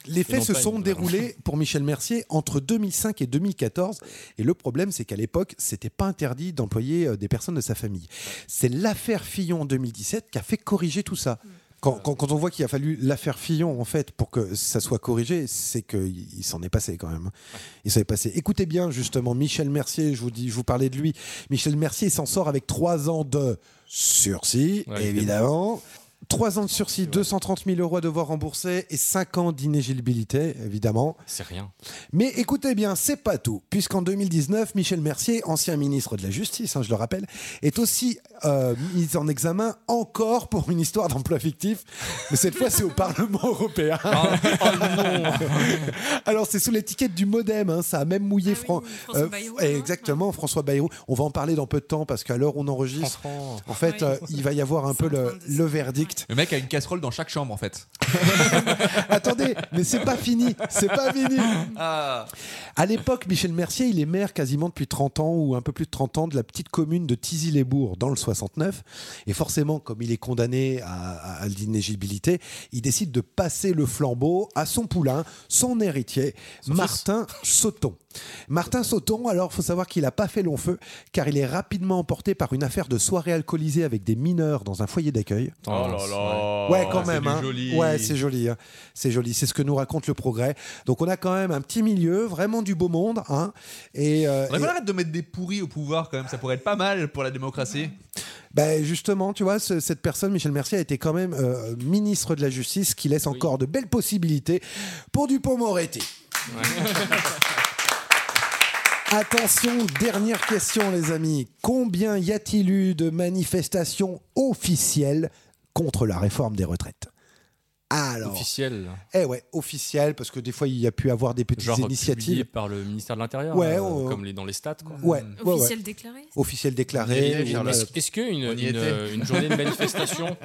Speaker 22: les
Speaker 20: Et
Speaker 22: faits
Speaker 20: non
Speaker 22: se
Speaker 20: pas
Speaker 22: sont
Speaker 20: une-
Speaker 22: déroulés pour Michel Mercier entre 2005 et 2014. Et le problème, c'est qu'à l'époque, c'était pas interdit d'employer euh, des personnes de sa famille. C'est l'affaire Fillon en 2017 qui a fait corriger tout ça. Quand, quand- quand on voit qu'il a fallu l'affaire Fillon, en fait, pour que ça soit corrigé, c'est qu'il il s'en est passé quand même. Il s'en est passé. Écoutez bien, justement, Michel Mercier, je vous, dis, je vous parlais de lui. Michel Mercier il s'en sort avec trois ans de sursis,
Speaker 20: Ouais, évidemment.
Speaker 22: évidemment. 3 ans de sursis, 230 000 euros à devoir rembourser et 5 ans d'inéligibilité, évidemment.
Speaker 20: C'est rien.
Speaker 22: Mais écoutez bien, c'est pas tout, puisqu'en 2019, Michel Mercier, ancien ministre de la Justice, hein, je le rappelle, est aussi euh, mis en examen encore pour une histoire d'emploi fictif. Mais cette fois, c'est au Parlement européen. Alors, c'est sous l'étiquette du Modem, hein, ça a même mouillé Fran-
Speaker 7: Ah François Bayrou,
Speaker 22: et Exactement, François Bayrou. On va en parler dans peu de temps, parce qu'à l'heure où on enregistre, en fait, euh, il va y avoir un peu le, le verdict.
Speaker 23: Le mec a une casserole dans chaque chambre en fait.
Speaker 22: Attendez, mais c'est pas fini, c'est pas fini. À l'époque, Michel Mercier, il est maire quasiment depuis 30 ans ou un peu plus de 30 ans de la petite commune de Tizy-les-Bourgs dans le 69. Et forcément, comme il est condamné à, à- à l'inéligibilité, il décide de passer le flambeau à son poulain, son héritier, Martin Sauton. Martin Sauton, alors faut savoir qu'il n'a pas fait long feu car il est rapidement emporté par une affaire de soirée alcoolisée avec des mineurs dans un foyer d'accueil.
Speaker 23: Oh là là.
Speaker 22: Ouais, quand
Speaker 23: C'est
Speaker 22: même.
Speaker 23: du
Speaker 22: hein.
Speaker 23: joli.
Speaker 22: Ouais, c'est joli. hein. C'est joli. C'est ce que nous raconte le progrès. Donc on a quand même un petit milieu, vraiment du beau monde. Hein. Et, euh,
Speaker 23: On
Speaker 22: et-
Speaker 23: arrête de mettre des pourris au pouvoir quand même, ça pourrait être pas mal pour la démocratie.
Speaker 22: ben, justement, tu vois, ce- cette personne, Michel Mercier, a été quand même euh, ministre de la Justice, qui laisse encore de belles possibilités pour Dupont-Moretti. Attention, dernière question, les amis. Combien y a-t-il eu de manifestations officielles contre la réforme des retraites Alors.
Speaker 20: Officiel.
Speaker 22: Eh ouais, officielles, parce que des fois, il y a pu avoir des petites
Speaker 20: Genre publié
Speaker 22: initiatives.
Speaker 20: par le ministère de l'Intérieur,
Speaker 22: Ouais,
Speaker 20: euh,
Speaker 22: on-
Speaker 20: comme les, dans les stats. Quoi.
Speaker 22: Ouais, ouais, ouais.
Speaker 2: déclaré
Speaker 22: Officiel
Speaker 20: On y
Speaker 22: déclaré.
Speaker 20: était,
Speaker 22: ou-
Speaker 20: Charlotte. Est-ce- Eh Est-ce qu'une
Speaker 22: On y
Speaker 20: une,
Speaker 22: était.
Speaker 20: euh, une journée de manifestation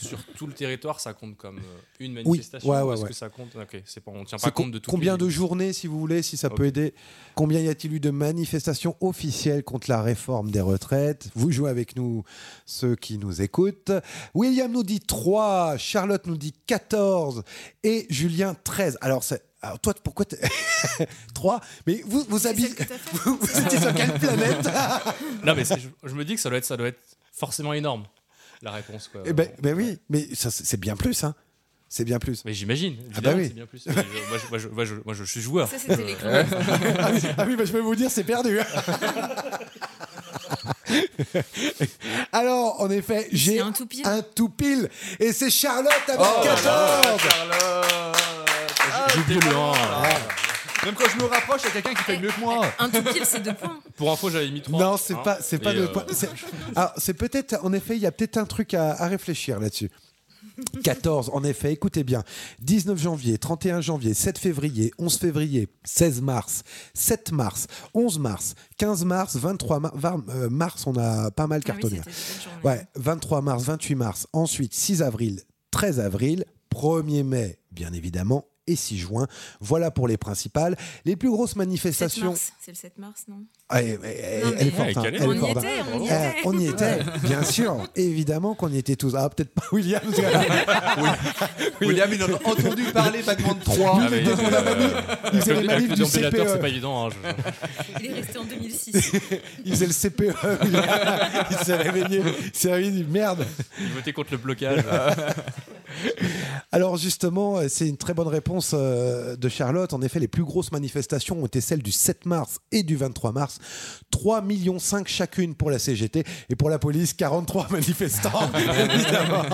Speaker 20: sur tout le territoire, ça compte comme euh, une
Speaker 22: Oui,
Speaker 20: manifestation
Speaker 22: ouais, ouais,
Speaker 20: Est-ce
Speaker 22: ouais.
Speaker 20: que ça compte Ok, c'est pas, on tient
Speaker 22: C'est
Speaker 20: pas compte
Speaker 22: com-
Speaker 20: de tout.
Speaker 22: combien de journées, si vous voulez, si ça peut aider Combien y a-t-il eu de manifestations officielles contre la réforme des retraites Vous jouez avec nous, ceux qui nous écoutent. William nous dit 3, Charlotte nous dit 14 et Julien 13. Alors, c'est- alors toi, pourquoi 3 Mais vous, vous habitez... Vous, vous étiez sur quelle planète
Speaker 20: Non, mais c'est- je, je me dis que ça doit être, ça doit être forcément énorme la réponse. Quoi.
Speaker 22: Eh ben, ben oui, mais ça, c'est c'est bien plus, hein c'est bien plus.
Speaker 20: Mais j'imagine.
Speaker 22: Ah bah
Speaker 20: évidemment,
Speaker 22: oui.
Speaker 20: c'est bien plus. Mais je- moi, je, moi, je- moi, je- moi, je suis joueur.
Speaker 7: Ça, c'était les
Speaker 20: Euh,
Speaker 22: ah oui, ah oui, bah, je peux vous dire, c'est perdu. Alors, en effet, j'ai un tout
Speaker 23: ah.
Speaker 22: pile. Et c'est Charlotte avec 14.
Speaker 23: J'ai oublié le
Speaker 20: hein.
Speaker 23: 1. Même quand je me rapproche, il y a quelqu'un qui fait mieux que moi.
Speaker 2: Un tout pile, c'est deux points.
Speaker 20: Pour info, j'avais mis 3.
Speaker 22: Non, c'est pas, c'est pas de point. c'est- Alors, c'est peut-être, en effet, il y a peut-être un truc à, à réfléchir là-dessus. 14, en effet, écoutez bien. 19 janvier, 31 janvier, 7 février, 11 février, 16 mars, 7 mars, 11 mars, 15 mars, 23 mars, euh, mars on a pas mal cartonné. ouais, 23 mars, 28 mars, ensuite 6 avril, 13 avril, 1er mai, bien évidemment, et 6 juin. Voilà pour les principales. Les plus grosses
Speaker 2: 7
Speaker 22: manifestations.
Speaker 2: mars, c'est le 7 mars, non
Speaker 22: Ah, elle- elle-
Speaker 2: Non, mais-
Speaker 22: elle est forte,
Speaker 2: Ouais,
Speaker 22: hein,
Speaker 2: calé.
Speaker 22: elle est
Speaker 2: On y
Speaker 22: forte,
Speaker 2: était,
Speaker 22: hein.
Speaker 2: on y
Speaker 22: Eh,
Speaker 2: était.
Speaker 22: on y était, bien sûr. Évidemment qu'on y était tous. Ah, peut-être pas William. parce que-
Speaker 23: William, il en a entendu parler Pac-Man 3.
Speaker 22: Nous, dès
Speaker 20: euh,
Speaker 22: qu'on a
Speaker 23: euh,
Speaker 22: mamie, il faisait les manifs du E. CPE.
Speaker 20: c'est pas évident. hein, je-
Speaker 2: Il est resté en 2006.
Speaker 22: il faisait le CPE. William. Il s'est réveillé. Il s'est réveillé, il dit, merde.
Speaker 20: Il votait contre le blocage.
Speaker 22: Alors justement, euh, c'est une très bonne réponse euh, de Charlotte. En effet, les plus grosses manifestations ont été celles du 7 mars et du 23 mars. 3,5 millions chacune pour la CGT et pour la police, 43 manifestants. évidemment.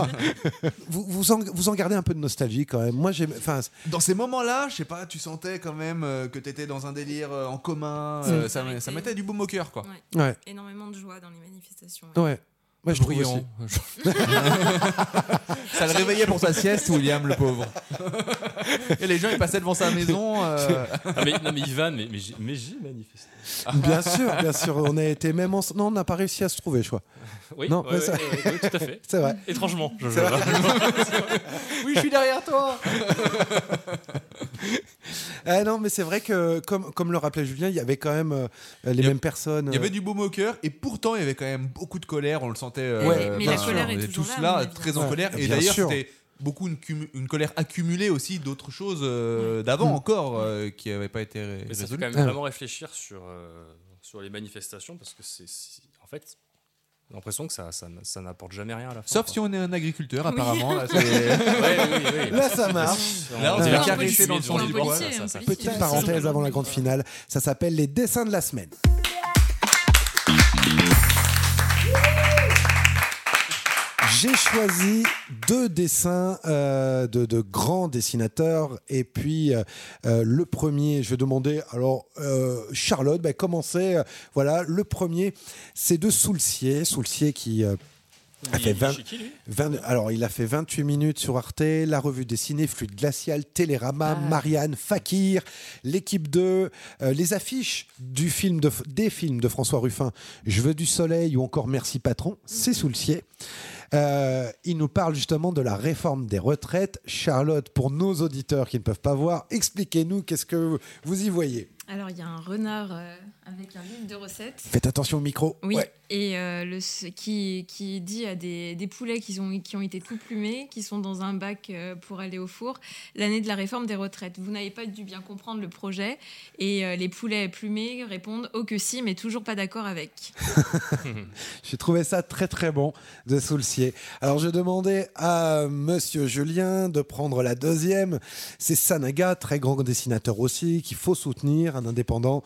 Speaker 22: vous, vous, en, vous en gardez un peu de nostalgie quand même. Moi, j'ai... Enfin,
Speaker 23: Dans ces moments-là, je sais pas, tu sentais quand même euh, que t'étais dans un délire euh, en commun.
Speaker 22: Mm.
Speaker 23: euh, ça, me- ça mettait du baume au cœur, quoi.
Speaker 22: Ouais. Ouais.
Speaker 2: Énormément de joie dans les manifestations.
Speaker 22: Ouais. Moi, je trouve
Speaker 23: Bruyant.
Speaker 22: aussi.
Speaker 23: ça le réveillait pour sa sieste, William, le pauvre. Et les gens, ils passaient devant sa maison. euh,
Speaker 20: Ah, mais, non, mais Ivan, mais, mais j'ai- mais j'ai manifesté.
Speaker 22: Bien sûr, bien sûr. On a été même ensemble. Non, on n'a pas réussi à se trouver, je crois.
Speaker 20: Oui,
Speaker 22: non,
Speaker 20: ouais,
Speaker 22: mais
Speaker 20: ouais,
Speaker 22: ça-
Speaker 20: ouais, ouais, tout à fait.
Speaker 22: C'est vrai.
Speaker 20: Étrangement. je-
Speaker 22: C'est vrai.
Speaker 23: oui, je suis derrière toi.
Speaker 22: Ah non, mais c'est vrai que, comme, comme le rappelait Julien, il y avait quand même euh, les mêmes personnes. euh.
Speaker 23: Il y avait du baume au cœur et pourtant il y avait quand même beaucoup de colère, on le sentait. euh,
Speaker 22: Ouais. Mais la
Speaker 23: bien sûr,
Speaker 22: colère est
Speaker 23: on était
Speaker 22: toujours
Speaker 23: tous
Speaker 22: là, à
Speaker 23: là,
Speaker 22: mon avis.
Speaker 23: très en
Speaker 22: Ouais,
Speaker 23: colère. Et
Speaker 22: bien
Speaker 23: d'ailleurs,
Speaker 22: sûr.
Speaker 23: c'était beaucoup une, cumu- une colère accumulée aussi d'autres choses euh, d'avant
Speaker 22: Mm.
Speaker 23: encore euh, qui n'avaient pas été ré-
Speaker 20: Mais ça fait
Speaker 23: résolues.
Speaker 20: quand même vraiment réfléchir sur, euh, sur les manifestations parce que c'est. c'est- En fait, j'ai l'impression que ça, ça, n- ça n'apporte jamais rien à la fin.
Speaker 23: Sauf
Speaker 20: quoi.
Speaker 23: si on est un agriculteur,
Speaker 20: Oui.
Speaker 23: apparemment. Là, c'est-
Speaker 20: Ouais, oui, oui. Là, ça marche.
Speaker 23: Là, on
Speaker 22: Ouais.
Speaker 23: s'est
Speaker 22: Un
Speaker 23: caressé
Speaker 22: policier,
Speaker 23: dans le sens
Speaker 22: un
Speaker 23: du
Speaker 22: policier,
Speaker 2: hein,
Speaker 23: poil.
Speaker 22: un
Speaker 23: Ça, ça, ça.
Speaker 22: Petite parenthèse avant la grande finale, ça s'appelle les dessins de la semaine. J'ai choisi deux dessins euh, de, de grands dessinateurs. Et puis, euh, euh, le premier, je vais demander, alors, euh, Charlotte, bah, commencez. euh, voilà, le premier, c'est de Soulcier. Soulcier qui. euh, a
Speaker 7: Il
Speaker 22: fait
Speaker 7: est
Speaker 22: 20
Speaker 7: chez qui, lui
Speaker 22: 20 alors, il a fait 28 minutes sur Arte, la revue dessinée, Fluide Glacial, Télérama, Marianne, Fakir, l'équipe 2, euh, les affiches du film de, des films de François Ruffin, Je veux du soleil ou encore Merci patron, c'est sous le ciel. Euh, il nous parle justement de la réforme des retraites. Charlotte, pour nos auditeurs qui ne peuvent pas voir, expliquez-nous qu'est-ce que vous y voyez.
Speaker 2: Alors, il y a un renard euh, avec un livre de recettes.
Speaker 22: Faites attention au micro.
Speaker 2: Oui,
Speaker 22: Ouais.
Speaker 2: et euh, le, ce- qui, qui dit à des, des poulets qui ont, qui ont été tout plumés, qui sont dans un bac euh, pour aller au four, l'année de la réforme des retraites. Vous n'avez pas dû bien comprendre le projet. Et euh, les poulets plumés répondent Oh que si, mais toujours pas d'accord avec.
Speaker 22: J'ai trouvé ça très très bon de Soulcier. Alors je demandais à Monsieur Julien de prendre la deuxième. C'est Sanaga, très grand dessinateur aussi, qu'il faut soutenir, un indépendant,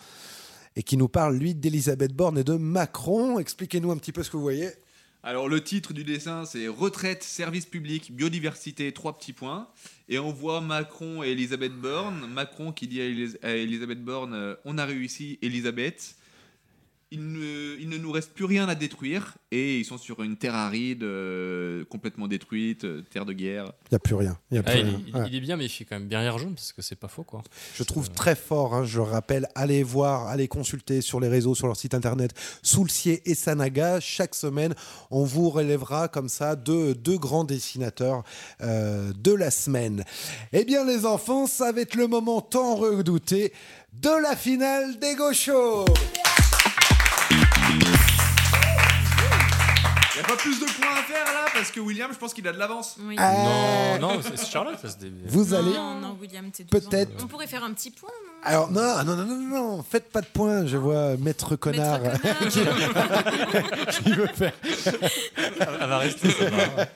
Speaker 22: et qui nous parle, lui, d'Elisabeth Borne et de Macron. Expliquez-nous un petit peu ce que vous voyez.
Speaker 7: Alors le titre du dessin c'est Retraite, service public, biodiversité, trois petits points. Et on voit Macron et Elisabeth Borne. Macron qui dit à, Elis- à Elisabeth Borne euh, On a réussi Elisabeth. Il ne, il ne nous reste plus rien à détruire. Et ils sont sur une terre aride, euh, complètement détruite, euh, terre de guerre.
Speaker 22: Il n'y a plus rien. Il y a plus
Speaker 20: Ah, il,
Speaker 22: rien.
Speaker 20: il-
Speaker 22: Ouais.
Speaker 20: il est bien, mais il fait quand même bien rire jaune parce que c'est pas faux quoi.
Speaker 22: Je trouve très fort, hein, je le rappelle, allez voir, allez consulter sur les réseaux, sur leur site internet, Soulcier et Sanaga. Chaque semaine, on vous relèvera comme ça deux, deux grands dessinateurs euh, de la semaine. Eh bien, les enfants, ça va être le moment tant redouté de la finale des Gauchos.
Speaker 7: Il a pas plus de points à faire là parce que William, je pense qu'il a de l'avance.
Speaker 22: Euh,
Speaker 20: Non, non, c'est c'est Charlotte ça se dé-
Speaker 22: Vous
Speaker 2: Non,
Speaker 22: allez
Speaker 2: non, non, William, t'es deux ans.
Speaker 22: peut-être.
Speaker 2: On pourrait faire un petit point. non
Speaker 22: Alors non, non, non, non, non, non, faites pas de points. Je vois Maître Connard, qui, qui veut faire.
Speaker 20: Elle va rester. ça va.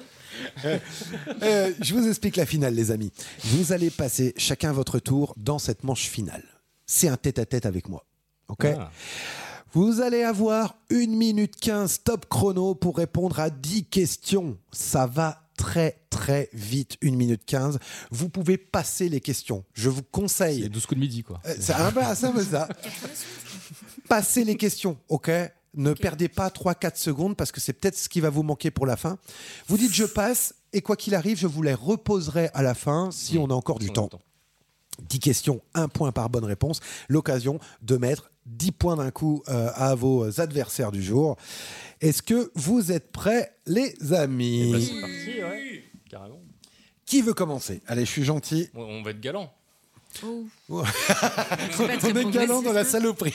Speaker 22: Euh, je vous explique la finale, les amis. Vous allez passer chacun votre tour dans cette manche finale. C'est un tête-à-tête avec moi. OK
Speaker 8: Ah.
Speaker 22: Vous allez avoir 1 minute 15 top chrono pour répondre à 10 questions. Ça va très très vite, 1 minute 15. Vous pouvez passer les questions. Je vous conseille. C'est
Speaker 20: 12 coups de midi, quoi.
Speaker 22: C'est un peu ça, mais ça. Passez les questions, ok Ne perdez pas 3-4 secondes parce que c'est peut-être ce qui va vous manquer pour la fin. Vous dites je passe et quoi qu'il arrive, je vous les reposerai à la fin si on a encore du temps. 10 questions, 1 point par bonne réponse. L'occasion de mettre 10 points d'un coup euh, à vos adversaires du jour. Est-ce que vous êtes prêts, les amis
Speaker 20: C'est parti, ouais. Carrément.
Speaker 22: Qui veut commencer Allez, je suis gentil.
Speaker 20: On- On va être galant.
Speaker 22: on
Speaker 20: pas très
Speaker 22: est galant
Speaker 20: progressiste,
Speaker 22: dans la
Speaker 20: hein.
Speaker 22: saloperie.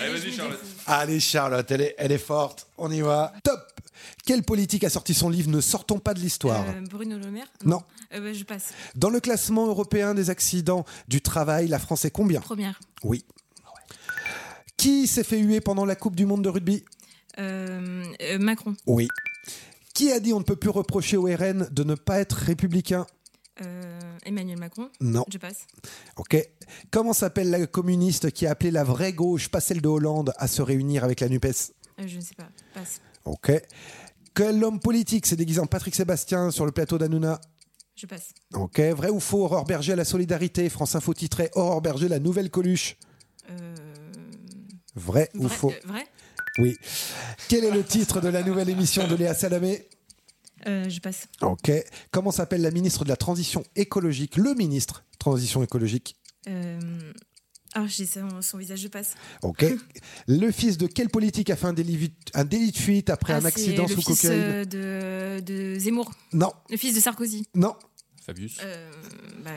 Speaker 7: Allez, vas-y Charlotte.
Speaker 22: Allez Charlotte, elle est, elle est forte, on y va. Top Quelle politique a sorti son livre Ne sortons pas de l'histoire
Speaker 2: Euh, Bruno Le Maire
Speaker 22: Non.
Speaker 2: Euh, bah, Je passe.
Speaker 22: Dans le classement européen des accidents du travail, la France est combien
Speaker 2: Première.
Speaker 22: Oui. Qui s'est fait huer pendant la Coupe du Monde de rugby
Speaker 2: Euh, euh, Macron.
Speaker 22: Oui. Qui a dit on ne peut plus reprocher au RN de ne pas être républicain
Speaker 2: Euh, Emmanuel Macron
Speaker 22: Non.
Speaker 2: Je passe.
Speaker 22: Ok. Comment s'appelle la communiste qui a appelé la vraie gauche, pas celle de Hollande, à se réunir avec la NUPES
Speaker 2: Euh, je ne sais pas. Passe.
Speaker 22: Ok. Quel homme politique s'est déguisé en Patrick Sébastien sur le plateau d'Anouna
Speaker 2: Je passe.
Speaker 22: Ok, vrai ou faux, Aurore Berger à la solidarité, France Info titrait Aurore Berger la nouvelle Coluche. Vrai, ou
Speaker 2: Euh, Vrai-
Speaker 22: faux
Speaker 2: euh, vrai
Speaker 22: Oui. Quel est le titre de la nouvelle émission de Léa Salamé
Speaker 2: Euh, je passe.
Speaker 22: Ok. Comment s'appelle la ministre de la Transition écologique Le ministre Transition écologique.
Speaker 2: Euh, Ah, j'ai son, son visage, je passe.
Speaker 22: Ok. le fils de quel politique a fait un délit, un délit de fuite après
Speaker 2: Ah,
Speaker 22: un
Speaker 2: c'est
Speaker 22: accident
Speaker 2: le
Speaker 22: sous
Speaker 2: fils
Speaker 22: cocaïne
Speaker 2: euh, de, de Zemmour.
Speaker 22: Non.
Speaker 2: Le fils de Sarkozy.
Speaker 22: Non.
Speaker 20: Fabius.
Speaker 2: Euh, bah,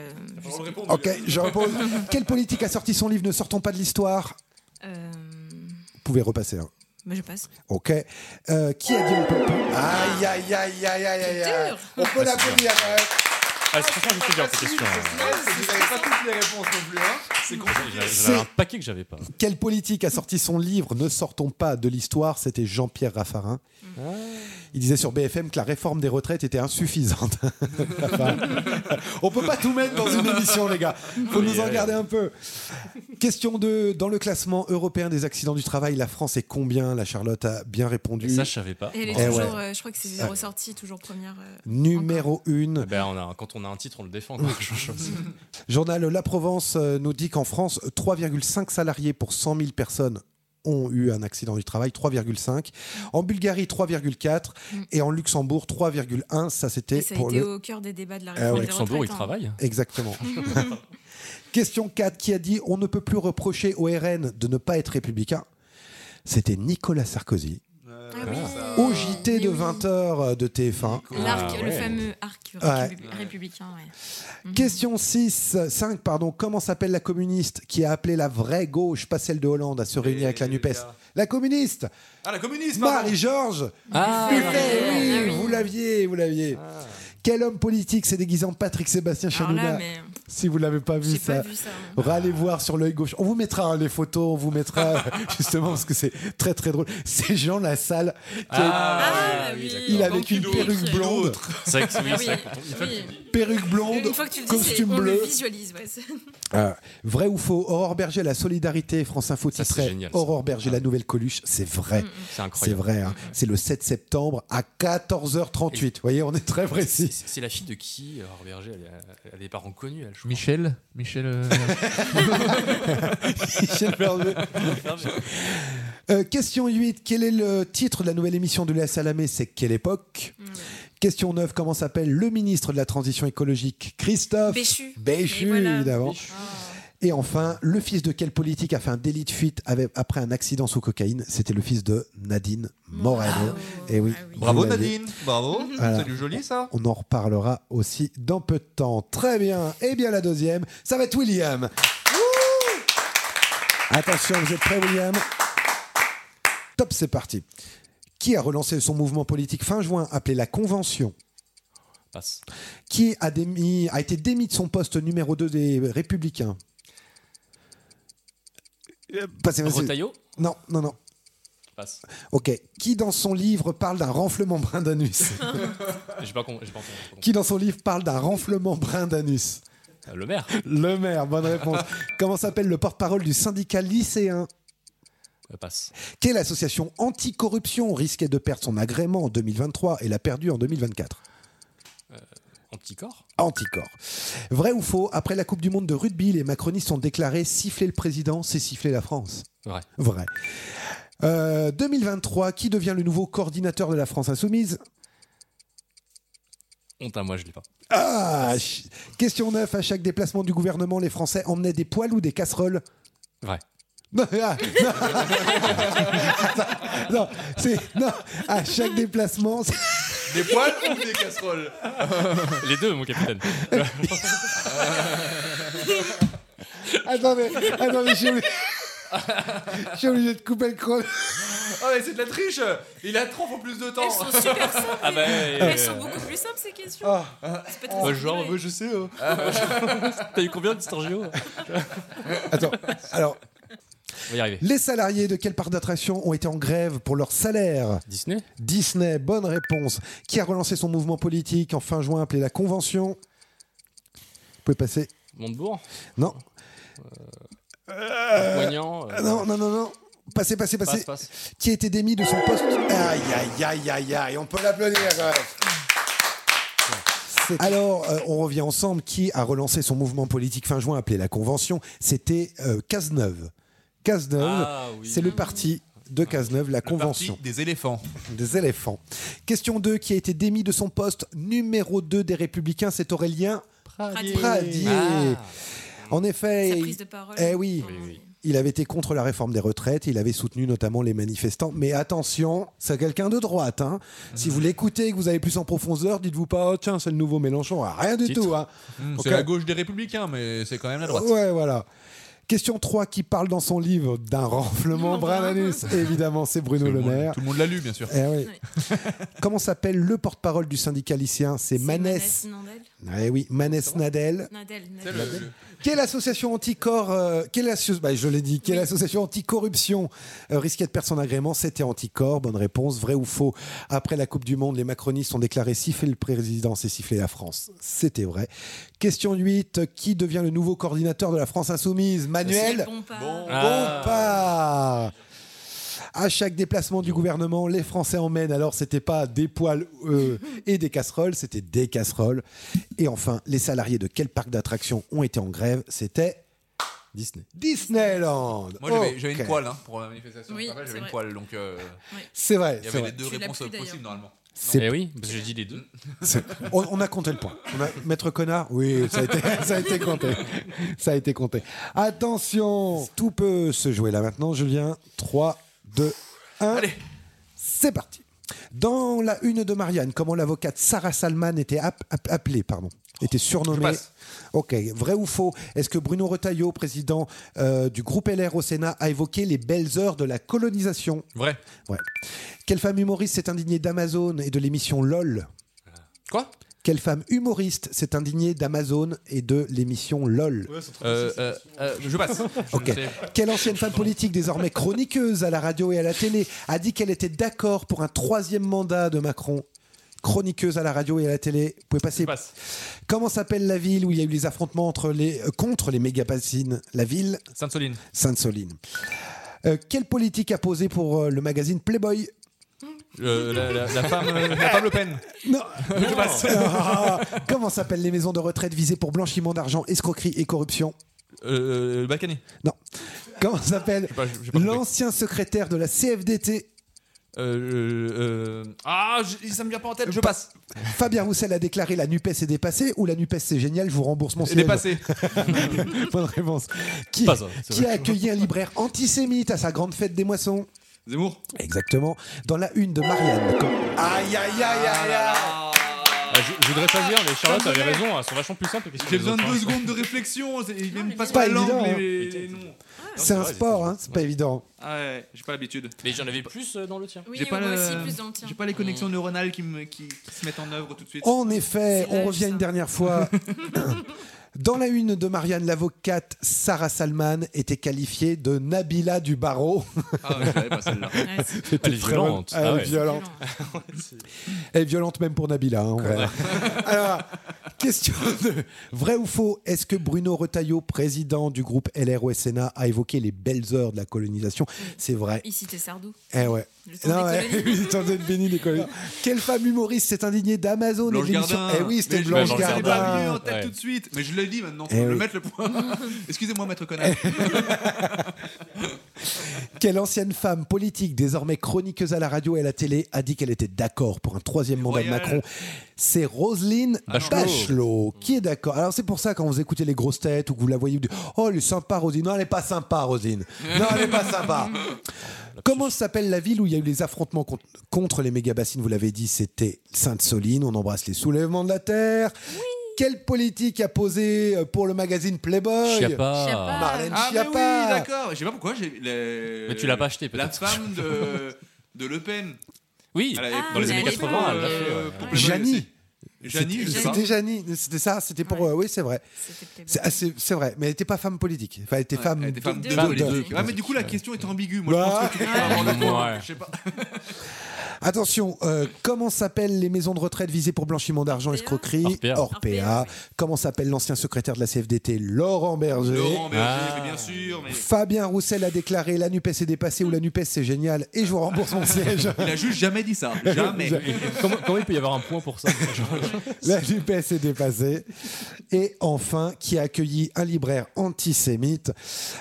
Speaker 2: je sais pas.
Speaker 22: Ok, je repose. Quel politique a sorti son livre Ne sortons pas de l'histoire
Speaker 2: Euh,
Speaker 22: Vous pouvez repasser. hein.
Speaker 2: bah, je passe.
Speaker 22: Ok. Euh, qui a dit on peut pas Aïe, aïe, aïe, aïe, aïe, aïe, aïe. On peut l'applaudir.
Speaker 20: Ah, c'est hein. franchement, je sais bien, cette question.
Speaker 7: Vous n'avez pas toutes les réponses non plus. Hein. C'est compliqué.
Speaker 20: J'en avais un paquet que j'avais pas.
Speaker 22: Quel politique a sorti son livre Ne sortons pas de l'histoire C'était Jean-Pierre Raffarin. Il disait sur BFM que la réforme des retraites était insuffisante. Enfin, on peut pas tout mettre dans une émission, les gars. Faut
Speaker 8: Oui,
Speaker 22: nous en
Speaker 8: oui.
Speaker 22: garder un peu. Question 2. Dans le classement européen des accidents du travail, la France est combien La Charlotte a bien répondu.
Speaker 20: Ça, je savais pas.
Speaker 2: Et elle est
Speaker 22: Eh
Speaker 2: toujours,
Speaker 22: ouais.
Speaker 2: euh, je crois que c'est
Speaker 22: Ouais.
Speaker 2: ressorti, toujours première. euh,
Speaker 22: Numéro 1.
Speaker 20: Ben, on a, quand on a un titre, on le défend. quoi, je- je-
Speaker 22: Journal La Provence euh, nous dit qu'en France, 3,5 salariés pour 100 000 personnes ont eu un accident du travail, 3,5. En Bulgarie, 3,4. Et en Luxembourg, 3,1. Ça, c'était
Speaker 2: et ça a
Speaker 22: pour
Speaker 2: été
Speaker 22: le...
Speaker 2: au cœur des débats de la
Speaker 22: Ah
Speaker 2: réforme.
Speaker 22: ouais.
Speaker 2: des retraites, hein.
Speaker 22: Exactement. Question 4 qui a dit on ne peut plus reprocher au RN de ne pas être républicain. C'était Nicolas Sarkozy.
Speaker 2: hein.
Speaker 7: Ah,
Speaker 2: Ah Oh,
Speaker 22: Au JT de 20h de TF1.
Speaker 7: Ah
Speaker 2: L'arc, le fameux arc
Speaker 22: Ouais.
Speaker 2: républi- républicain. ouais.
Speaker 22: Question 6, 5, pardon. Comment s'appelle la communiste qui a appelé la vraie gauche, pas celle de Hollande, à se réunir avec la NUPES La communiste
Speaker 7: Ah, la communiste, pardon.
Speaker 22: Marie-Georges
Speaker 7: Ah.
Speaker 22: Buffet,
Speaker 7: Ah
Speaker 22: oui,
Speaker 7: oui.
Speaker 22: Vous l'aviez, vous l'aviez. Quel homme politique s'est déguisé en Patrick Sébastien
Speaker 2: Alors là,
Speaker 22: Chalina
Speaker 2: mais-
Speaker 22: Si vous l'avez pas vu ça, rallez voir sur l'œil gauche. On vous mettra hein, les photos, on vous mettra justement parce que c'est très très drôle. C'est Jean Lassalle qui
Speaker 7: Ah,
Speaker 22: a-
Speaker 7: oui,
Speaker 22: il
Speaker 7: d'accord.
Speaker 22: avec une
Speaker 7: Qui
Speaker 22: perruque
Speaker 7: d'autre
Speaker 22: blonde.
Speaker 20: C'est vrai
Speaker 22: Ah
Speaker 20: que oui, c'est vrai
Speaker 2: Ah Oui,
Speaker 20: qu'on-
Speaker 2: oui.
Speaker 22: Perruque blonde,
Speaker 2: Une fois que tu le dis, c'est-
Speaker 22: costume
Speaker 2: on
Speaker 22: bleu.
Speaker 2: le visualise. ouais, c'est-
Speaker 22: Euh, vrai ou faux Aurore Berger, la solidarité, France Info titrait
Speaker 20: génial, ça.
Speaker 22: Aurore Berger, la nouvelle Coluche. C'est vrai.
Speaker 20: C'est incroyable.
Speaker 22: C'est vrai. hein. C'est le 7 septembre à 14h38. Vous voyez, on est très précis.
Speaker 20: C'est c'est la fille de qui euh, Aurore Berger, elle, a- elle a des parents connus, elle, je crois.
Speaker 23: Michel Michel. euh,
Speaker 22: Michel Berger.
Speaker 20: Non, mais-
Speaker 22: Euh, question 8. Quel est le titre de la nouvelle émission de Léa Salamé C'est quelle époque
Speaker 20: Mm.
Speaker 22: Question 9. Comment s'appelle le ministre de la Transition écologique Christophe
Speaker 2: Béchu.
Speaker 22: Béchu,
Speaker 2: Et voilà. Ah,
Speaker 22: évidemment. Et enfin, le fils de quel politique a fait un délit de fuite avec- après un accident sous cocaïne C'était le fils de Nadine Moreno. Et oui,
Speaker 2: Ah
Speaker 22: vous
Speaker 7: Bravo
Speaker 22: l'aviez.
Speaker 7: Nadine, bravo.
Speaker 22: Voilà.
Speaker 7: C'est du joli ça.
Speaker 22: On en reparlera aussi dans peu de temps. Très bien. Et bien la deuxième, ça va être William. Ouh Attention, vous êtes prêts, William Top, c'est parti. Qui a relancé son mouvement politique fin juin appelé la Convention
Speaker 20: Passe.
Speaker 22: Ah, Qui a, démis- a été démis de son poste numéro 2 des Républicains Euh, passez, passez.
Speaker 20: Retailleau
Speaker 22: Non, non, non.
Speaker 20: Passe.
Speaker 22: Ok. Qui dans son livre parle d'un renflement brin d'anus
Speaker 20: J'ai pas con- j'ai pas entendu.
Speaker 22: Qui dans son livre parle d'un renflement brin d'anus
Speaker 20: Euh, Le maire
Speaker 22: Le maire, bonne réponse. Comment s'appelle le porte-parole du syndicat lycéen
Speaker 20: Euh, Passe.
Speaker 22: Quelle association anticorruption risquait de perdre son agrément en 2023 et l'a perdu en 2024
Speaker 20: Euh, Anticorps
Speaker 22: Anticorps. Vrai ou faux, après la Coupe du Monde de rugby, les macronistes ont déclaré siffler le président, c'est siffler la France.
Speaker 20: Vrai.
Speaker 22: Vrai. Euh, 2023, qui devient le nouveau coordinateur de la France Insoumise
Speaker 20: Honte à moi, je l'ai pas.
Speaker 22: Ah ch- Question 9. À chaque déplacement du gouvernement, les Français emmenaient des poils ou des casseroles
Speaker 20: Vrai.
Speaker 22: Non, ah, non. Non, c'est- non, à chaque déplacement. c'est-
Speaker 7: Des poils ou des casseroles
Speaker 20: Les deux, mon capitaine.
Speaker 22: Attendez, attendez, je suis obligé- je suis obligé de couper le chrono.
Speaker 7: Ah mais c'est de la triche Il a 30 fois plus de temps
Speaker 2: Elles sont super simples.
Speaker 20: Ah bah, ouais,
Speaker 2: Elles
Speaker 20: ouais,
Speaker 2: sont
Speaker 20: ouais.
Speaker 2: beaucoup plus simples ces questions. C'est pas
Speaker 20: Bah,
Speaker 2: très
Speaker 20: genre,
Speaker 2: inspiré.
Speaker 20: euh, je sais. euh. T'as eu combien de Sturgio
Speaker 22: Attends, alors.
Speaker 20: On va y arriver.
Speaker 22: Les salariés de quelle part d'attraction ont été en grève pour leur salaire
Speaker 20: Disney
Speaker 22: Disney, bonne réponse. Qui a relancé son mouvement politique en fin juin appelé la Convention Vous pouvez passer.
Speaker 20: Montebourg
Speaker 22: Non.
Speaker 20: Moignan euh,
Speaker 22: Ah Non, non, non, non. Passez, passez,
Speaker 20: Passe,
Speaker 22: passez.
Speaker 20: passe.
Speaker 22: Qui a été démis de son poste Aïe, aïe, aïe, aïe, aïe. On peut l'applaudir euh. quand même. Alors, euh, on revient ensemble. Qui a relancé son mouvement politique fin juin appelé la Convention C'était euh, Cazeneuve. Cazeneuve,
Speaker 7: Ah, oui.
Speaker 22: c'est le parti de Cazeneuve, la Convention.
Speaker 7: Des éléphants.
Speaker 22: Des éléphants. Question 2, qui a été démis de son poste numéro 2 des Républicains, c'est Aurélien
Speaker 2: Pradier.
Speaker 22: Pradier.
Speaker 7: Ah.
Speaker 22: En effet,
Speaker 2: Sa
Speaker 22: il-
Speaker 2: prise de parole.
Speaker 22: eh oui. il avait été contre la réforme des retraites, il avait soutenu notamment les manifestants. Mais attention, c'est quelqu'un de droite. hein. Si vous l'écoutez et que vous avez plus en profondeur, dites-vous pas, oh tiens, c'est le nouveau Mélenchon. Ah, rien du
Speaker 7: Titre.
Speaker 22: tout. hein.
Speaker 7: Hmm,
Speaker 22: Donc,
Speaker 7: c'est
Speaker 22: euh,
Speaker 7: la gauche des républicains, mais c'est quand même la droite.
Speaker 22: Ouais, voilà. Question 3 qui parle dans son livre d'un renflement brin d'anus. Évidemment, c'est Bruno Le Maire.
Speaker 7: Tout le monde l'a lu, bien sûr.
Speaker 22: Eh oui. Comment s'appelle le porte-parole du syndicat lycéen C'est Manès.
Speaker 2: Nandel.
Speaker 22: Eh oui, Manès Nadel.
Speaker 2: Nadel,
Speaker 23: C'est
Speaker 2: Nadel.
Speaker 23: le- le-
Speaker 22: Quelle association anticorps, euh, quelle asso- bah, je l'ai dit, quelle association anticorruption euh, risquait de perdre son agrément C'était anticorps. Bonne réponse, vrai ou faux Après la Coupe du Monde, les macronistes ont déclaré siffler le président, c'est siffler la France. C'était vrai. Question 8, qui devient le nouveau coordinateur de la France insoumise Manuel
Speaker 2: Bompard.
Speaker 20: Ah.
Speaker 22: Bompard. À chaque déplacement du gouvernement, les Français emmènent. Alors, c'était pas des poils euh, et des casseroles, c'était des casseroles. Et enfin, les salariés de quel parc d'attractions ont été en grève C'était Disney. Disneyland.
Speaker 23: Moi, j'avais- j'avais
Speaker 22: Ok.
Speaker 23: une poêle hein, pour la manifestation.
Speaker 2: Oui,
Speaker 23: Je me rappelle,
Speaker 2: c'est
Speaker 23: j'avais
Speaker 2: vrai.
Speaker 23: une poêle, donc. euh,
Speaker 22: C'est vrai,
Speaker 23: Il y
Speaker 22: c'est
Speaker 23: avait
Speaker 22: vrai.
Speaker 23: les deux
Speaker 2: Tu l'as
Speaker 23: réponses
Speaker 2: plus, d'ailleurs.
Speaker 23: possibles normalement.
Speaker 22: C'est-
Speaker 20: Eh oui, parce que j'ai dit les deux.
Speaker 22: C'est- On, on a compté le point. On a- Maître Connard, oui, ça a, été, ça a été compté. Ça a été compté. Attention, tout peut se jouer là maintenant, Julien. 3, 2, 1. Allez. C'est parti. Dans la une de Marianne, comment l'avocate Sarah Salman était app- app- appelée, pardon, était surnommée. Ok, vrai ou faux Est-ce que Bruno Retailleau, président euh, du groupe LR au Sénat, a évoqué les belles heures de la colonisation
Speaker 23: Vrai.
Speaker 22: Ouais. Quelle femme humoriste s'est indignée d'Amazon et de l'émission LOL
Speaker 23: Quoi
Speaker 22: Quelle femme humoriste s'est indignée d'Amazon et de l'émission LOL
Speaker 23: Euh, euh, euh, je passe. Je
Speaker 22: Ok.
Speaker 23: sais.
Speaker 22: Quelle ancienne femme politique, désormais chroniqueuse à la radio et à la télé, a dit qu'elle était d'accord pour un troisième mandat de Macron Chroniqueuse à la radio et à la télé. Vous pouvez passer. Comment s'appelle la ville où il y a eu les affrontements entre les, euh, contre les méga-bassines La ville
Speaker 23: Sainte-Soline.
Speaker 22: Sainte-Soline. Euh, quelle politique a posé pour euh, le magazine Playboy
Speaker 23: Euh, la, la- la femme, euh, la femme Le Pen.
Speaker 22: Non.
Speaker 23: Je passe.
Speaker 22: Ah, Comment s'appellent les maisons de retraite visées pour blanchiment d'argent, escroquerie et corruption
Speaker 23: Euh, le Balkany.
Speaker 22: Non. Comment s'appelle
Speaker 23: pas- j'ai pas compris.
Speaker 22: l'ancien secrétaire de la CFDT
Speaker 23: Euh, euh, euh, Ah, je- ça me vient pas en tête. Je passe.
Speaker 22: Fabien Roussel a déclaré la NUPES est dépassée ou la NUPES c'est génial, je vous rembourse mon
Speaker 23: Est
Speaker 22: CM.
Speaker 23: dépassée.
Speaker 22: Bonne réponse. Qui,
Speaker 23: Pas ça, c'est
Speaker 22: qui
Speaker 23: vrai.
Speaker 22: a accueilli un libraire antisémite à sa grande fête des moissons
Speaker 23: Zemmour.
Speaker 22: Exactement. Dans la une de Marianne. Comme-
Speaker 23: Aïe aïe aïe aïe
Speaker 20: Ah, je, je voudrais pas le dire, mais Charlotte avait raison, hein, elles sont vachement plus simples. les questions
Speaker 23: J'ai
Speaker 20: des
Speaker 23: besoin de
Speaker 20: autres,
Speaker 23: deux
Speaker 20: hein.
Speaker 23: secondes de réflexion. c'est- Il me passe
Speaker 22: pas
Speaker 23: pas la langue
Speaker 22: évident, hein.
Speaker 23: les, les noms.
Speaker 22: C'est un sport, hein, c'est pas évident.
Speaker 23: Ah ouais, j'ai pas l'habitude.
Speaker 20: Mais j'en avais plus euh, dans le tien.
Speaker 2: Oui,
Speaker 23: J'ai pas
Speaker 2: moi
Speaker 23: le-
Speaker 2: aussi, plus dans le tien.
Speaker 23: J'ai pas les connexions neuronales qui, me, qui, qui se mettent en œuvre tout de suite.
Speaker 22: En effet, on revient une dernière fois. Dans la une de Marianne, l'avocate Sarah Salman était qualifiée de Nabila du barreau.
Speaker 23: Ah ouais, je l'avais pas celle-là.
Speaker 22: C'était
Speaker 20: Elle est
Speaker 22: très
Speaker 20: violente.
Speaker 22: bonne. Elle
Speaker 20: Ah
Speaker 22: est
Speaker 20: ouais.
Speaker 22: violente. Elle est violente même pour Nabila. hein, en vrai. Alors, question de vrai ou faux Est-ce que Bruno Retailleau, président du groupe LR au Sénat, a évoqué les belles heures de la colonisation C'est vrai.
Speaker 2: Il citait Sardou.
Speaker 22: Eh ouais.
Speaker 2: Le temps des
Speaker 22: ouais,
Speaker 2: colonies.
Speaker 22: le temps d'être béni des colonies. Quelle femme humoriste s'est indignée d'Amazon et de
Speaker 23: Blanche
Speaker 22: l'émission
Speaker 23: Gardin.
Speaker 22: Eh oui, c'était
Speaker 23: Mais je-
Speaker 22: Blanche
Speaker 23: je l'ai pas venu en
Speaker 22: Gardin.
Speaker 23: tête tout de suite. Mais je l'ai dit maintenant.
Speaker 22: Eh
Speaker 23: faut le
Speaker 22: oui. Eh,
Speaker 23: mettre le point. Excusez-moi, maître Connard.
Speaker 22: Quelle ancienne femme politique, désormais chroniqueuse à la radio et à la télé, a dit qu'elle était d'accord pour un troisième mandat de
Speaker 23: royal. Ah,
Speaker 22: Macron C'est Roselyne
Speaker 20: Bachelot.
Speaker 22: Bachelot. qui est d'accord. Alors c'est pour ça quand vous écoutez les grosses têtes ou que vous la voyez, vous dites Oh, elle est sympa, Roselyne. Non, elle n'est pas sympa, Roselyne. Non, elle n'est pas sympa. Comment s'appelle la ville où il y a eu les affrontements contre, contre les méga-bassines Vous l'avez dit, c'était Sainte-Soline. On embrasse les soulèvements de la Terre. Quelle politique a posé euh, pour le magazine Playboy
Speaker 20: Chiappa. Chiappa.
Speaker 22: Marlène
Speaker 23: Ah, mais oui,
Speaker 22: Schiappa.
Speaker 23: d'accord. Je sais pas pourquoi j'ai. les-
Speaker 20: Mais tu l'as pas acheté,
Speaker 23: La
Speaker 20: peut-être.
Speaker 23: femme de, de Le Pen.
Speaker 20: Oui,
Speaker 23: Elle avait
Speaker 20: dans les
Speaker 23: posé
Speaker 20: années
Speaker 23: pour,
Speaker 20: 80, elle l'a
Speaker 23: euh,
Speaker 20: fait, ouais.
Speaker 23: pour Playboy
Speaker 22: Janie.
Speaker 23: aussi. Janie, je sais
Speaker 22: C'était-
Speaker 23: pas.
Speaker 22: C'était Janie, c'était ça, c'était pour. euh, oui, c'est vrai. C'est ah, c'est- c'est vrai, mais elle n'était pas femme politique. Enfin, elle était femme.
Speaker 23: Elle était femme
Speaker 22: de-
Speaker 23: de,
Speaker 22: de-
Speaker 23: les
Speaker 22: de-
Speaker 23: deux.
Speaker 22: de-
Speaker 23: Ouais, mais du coup, la question était ambiguë. Moi, je
Speaker 22: Bah.
Speaker 23: pense que tu peux pas avoir le point. Je sais pas.
Speaker 22: Attention, euh, comment s'appellent les maisons de retraite visées pour blanchiment d'argent, escroquerie
Speaker 20: Orpea.
Speaker 22: Orpea. Comment s'appelle l'ancien secrétaire de la CFDT Laurent Berger.
Speaker 23: Laurent Berger,
Speaker 20: Ah.
Speaker 23: mais bien sûr. Mais...
Speaker 22: Fabien Roussel a déclaré La NUPES est dépassée ou La NUPES c'est génial et je vous rembourse mon siège.
Speaker 23: Il a juste jamais dit ça. Jamais.
Speaker 20: Comment, comment il peut y avoir un point pour ça
Speaker 22: La NUPES est dépassée. Et enfin, qui a accueilli un libraire antisémite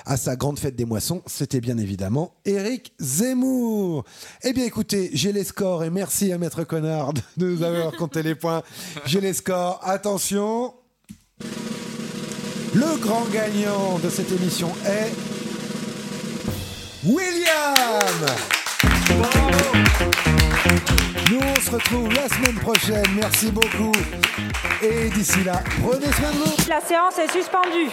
Speaker 22: à sa grande fête des moissons, c'était bien évidemment Éric Zemmour. Eh bien écoutez, j'ai les scores et merci à Maître Connard de nous avoir compté les points. J'ai les scores, attention. Le grand gagnant de cette émission est William. Nous, on se retrouve la semaine prochaine. Merci beaucoup. Et d'ici là, prenez soin de vous.
Speaker 4: La séance est suspendue.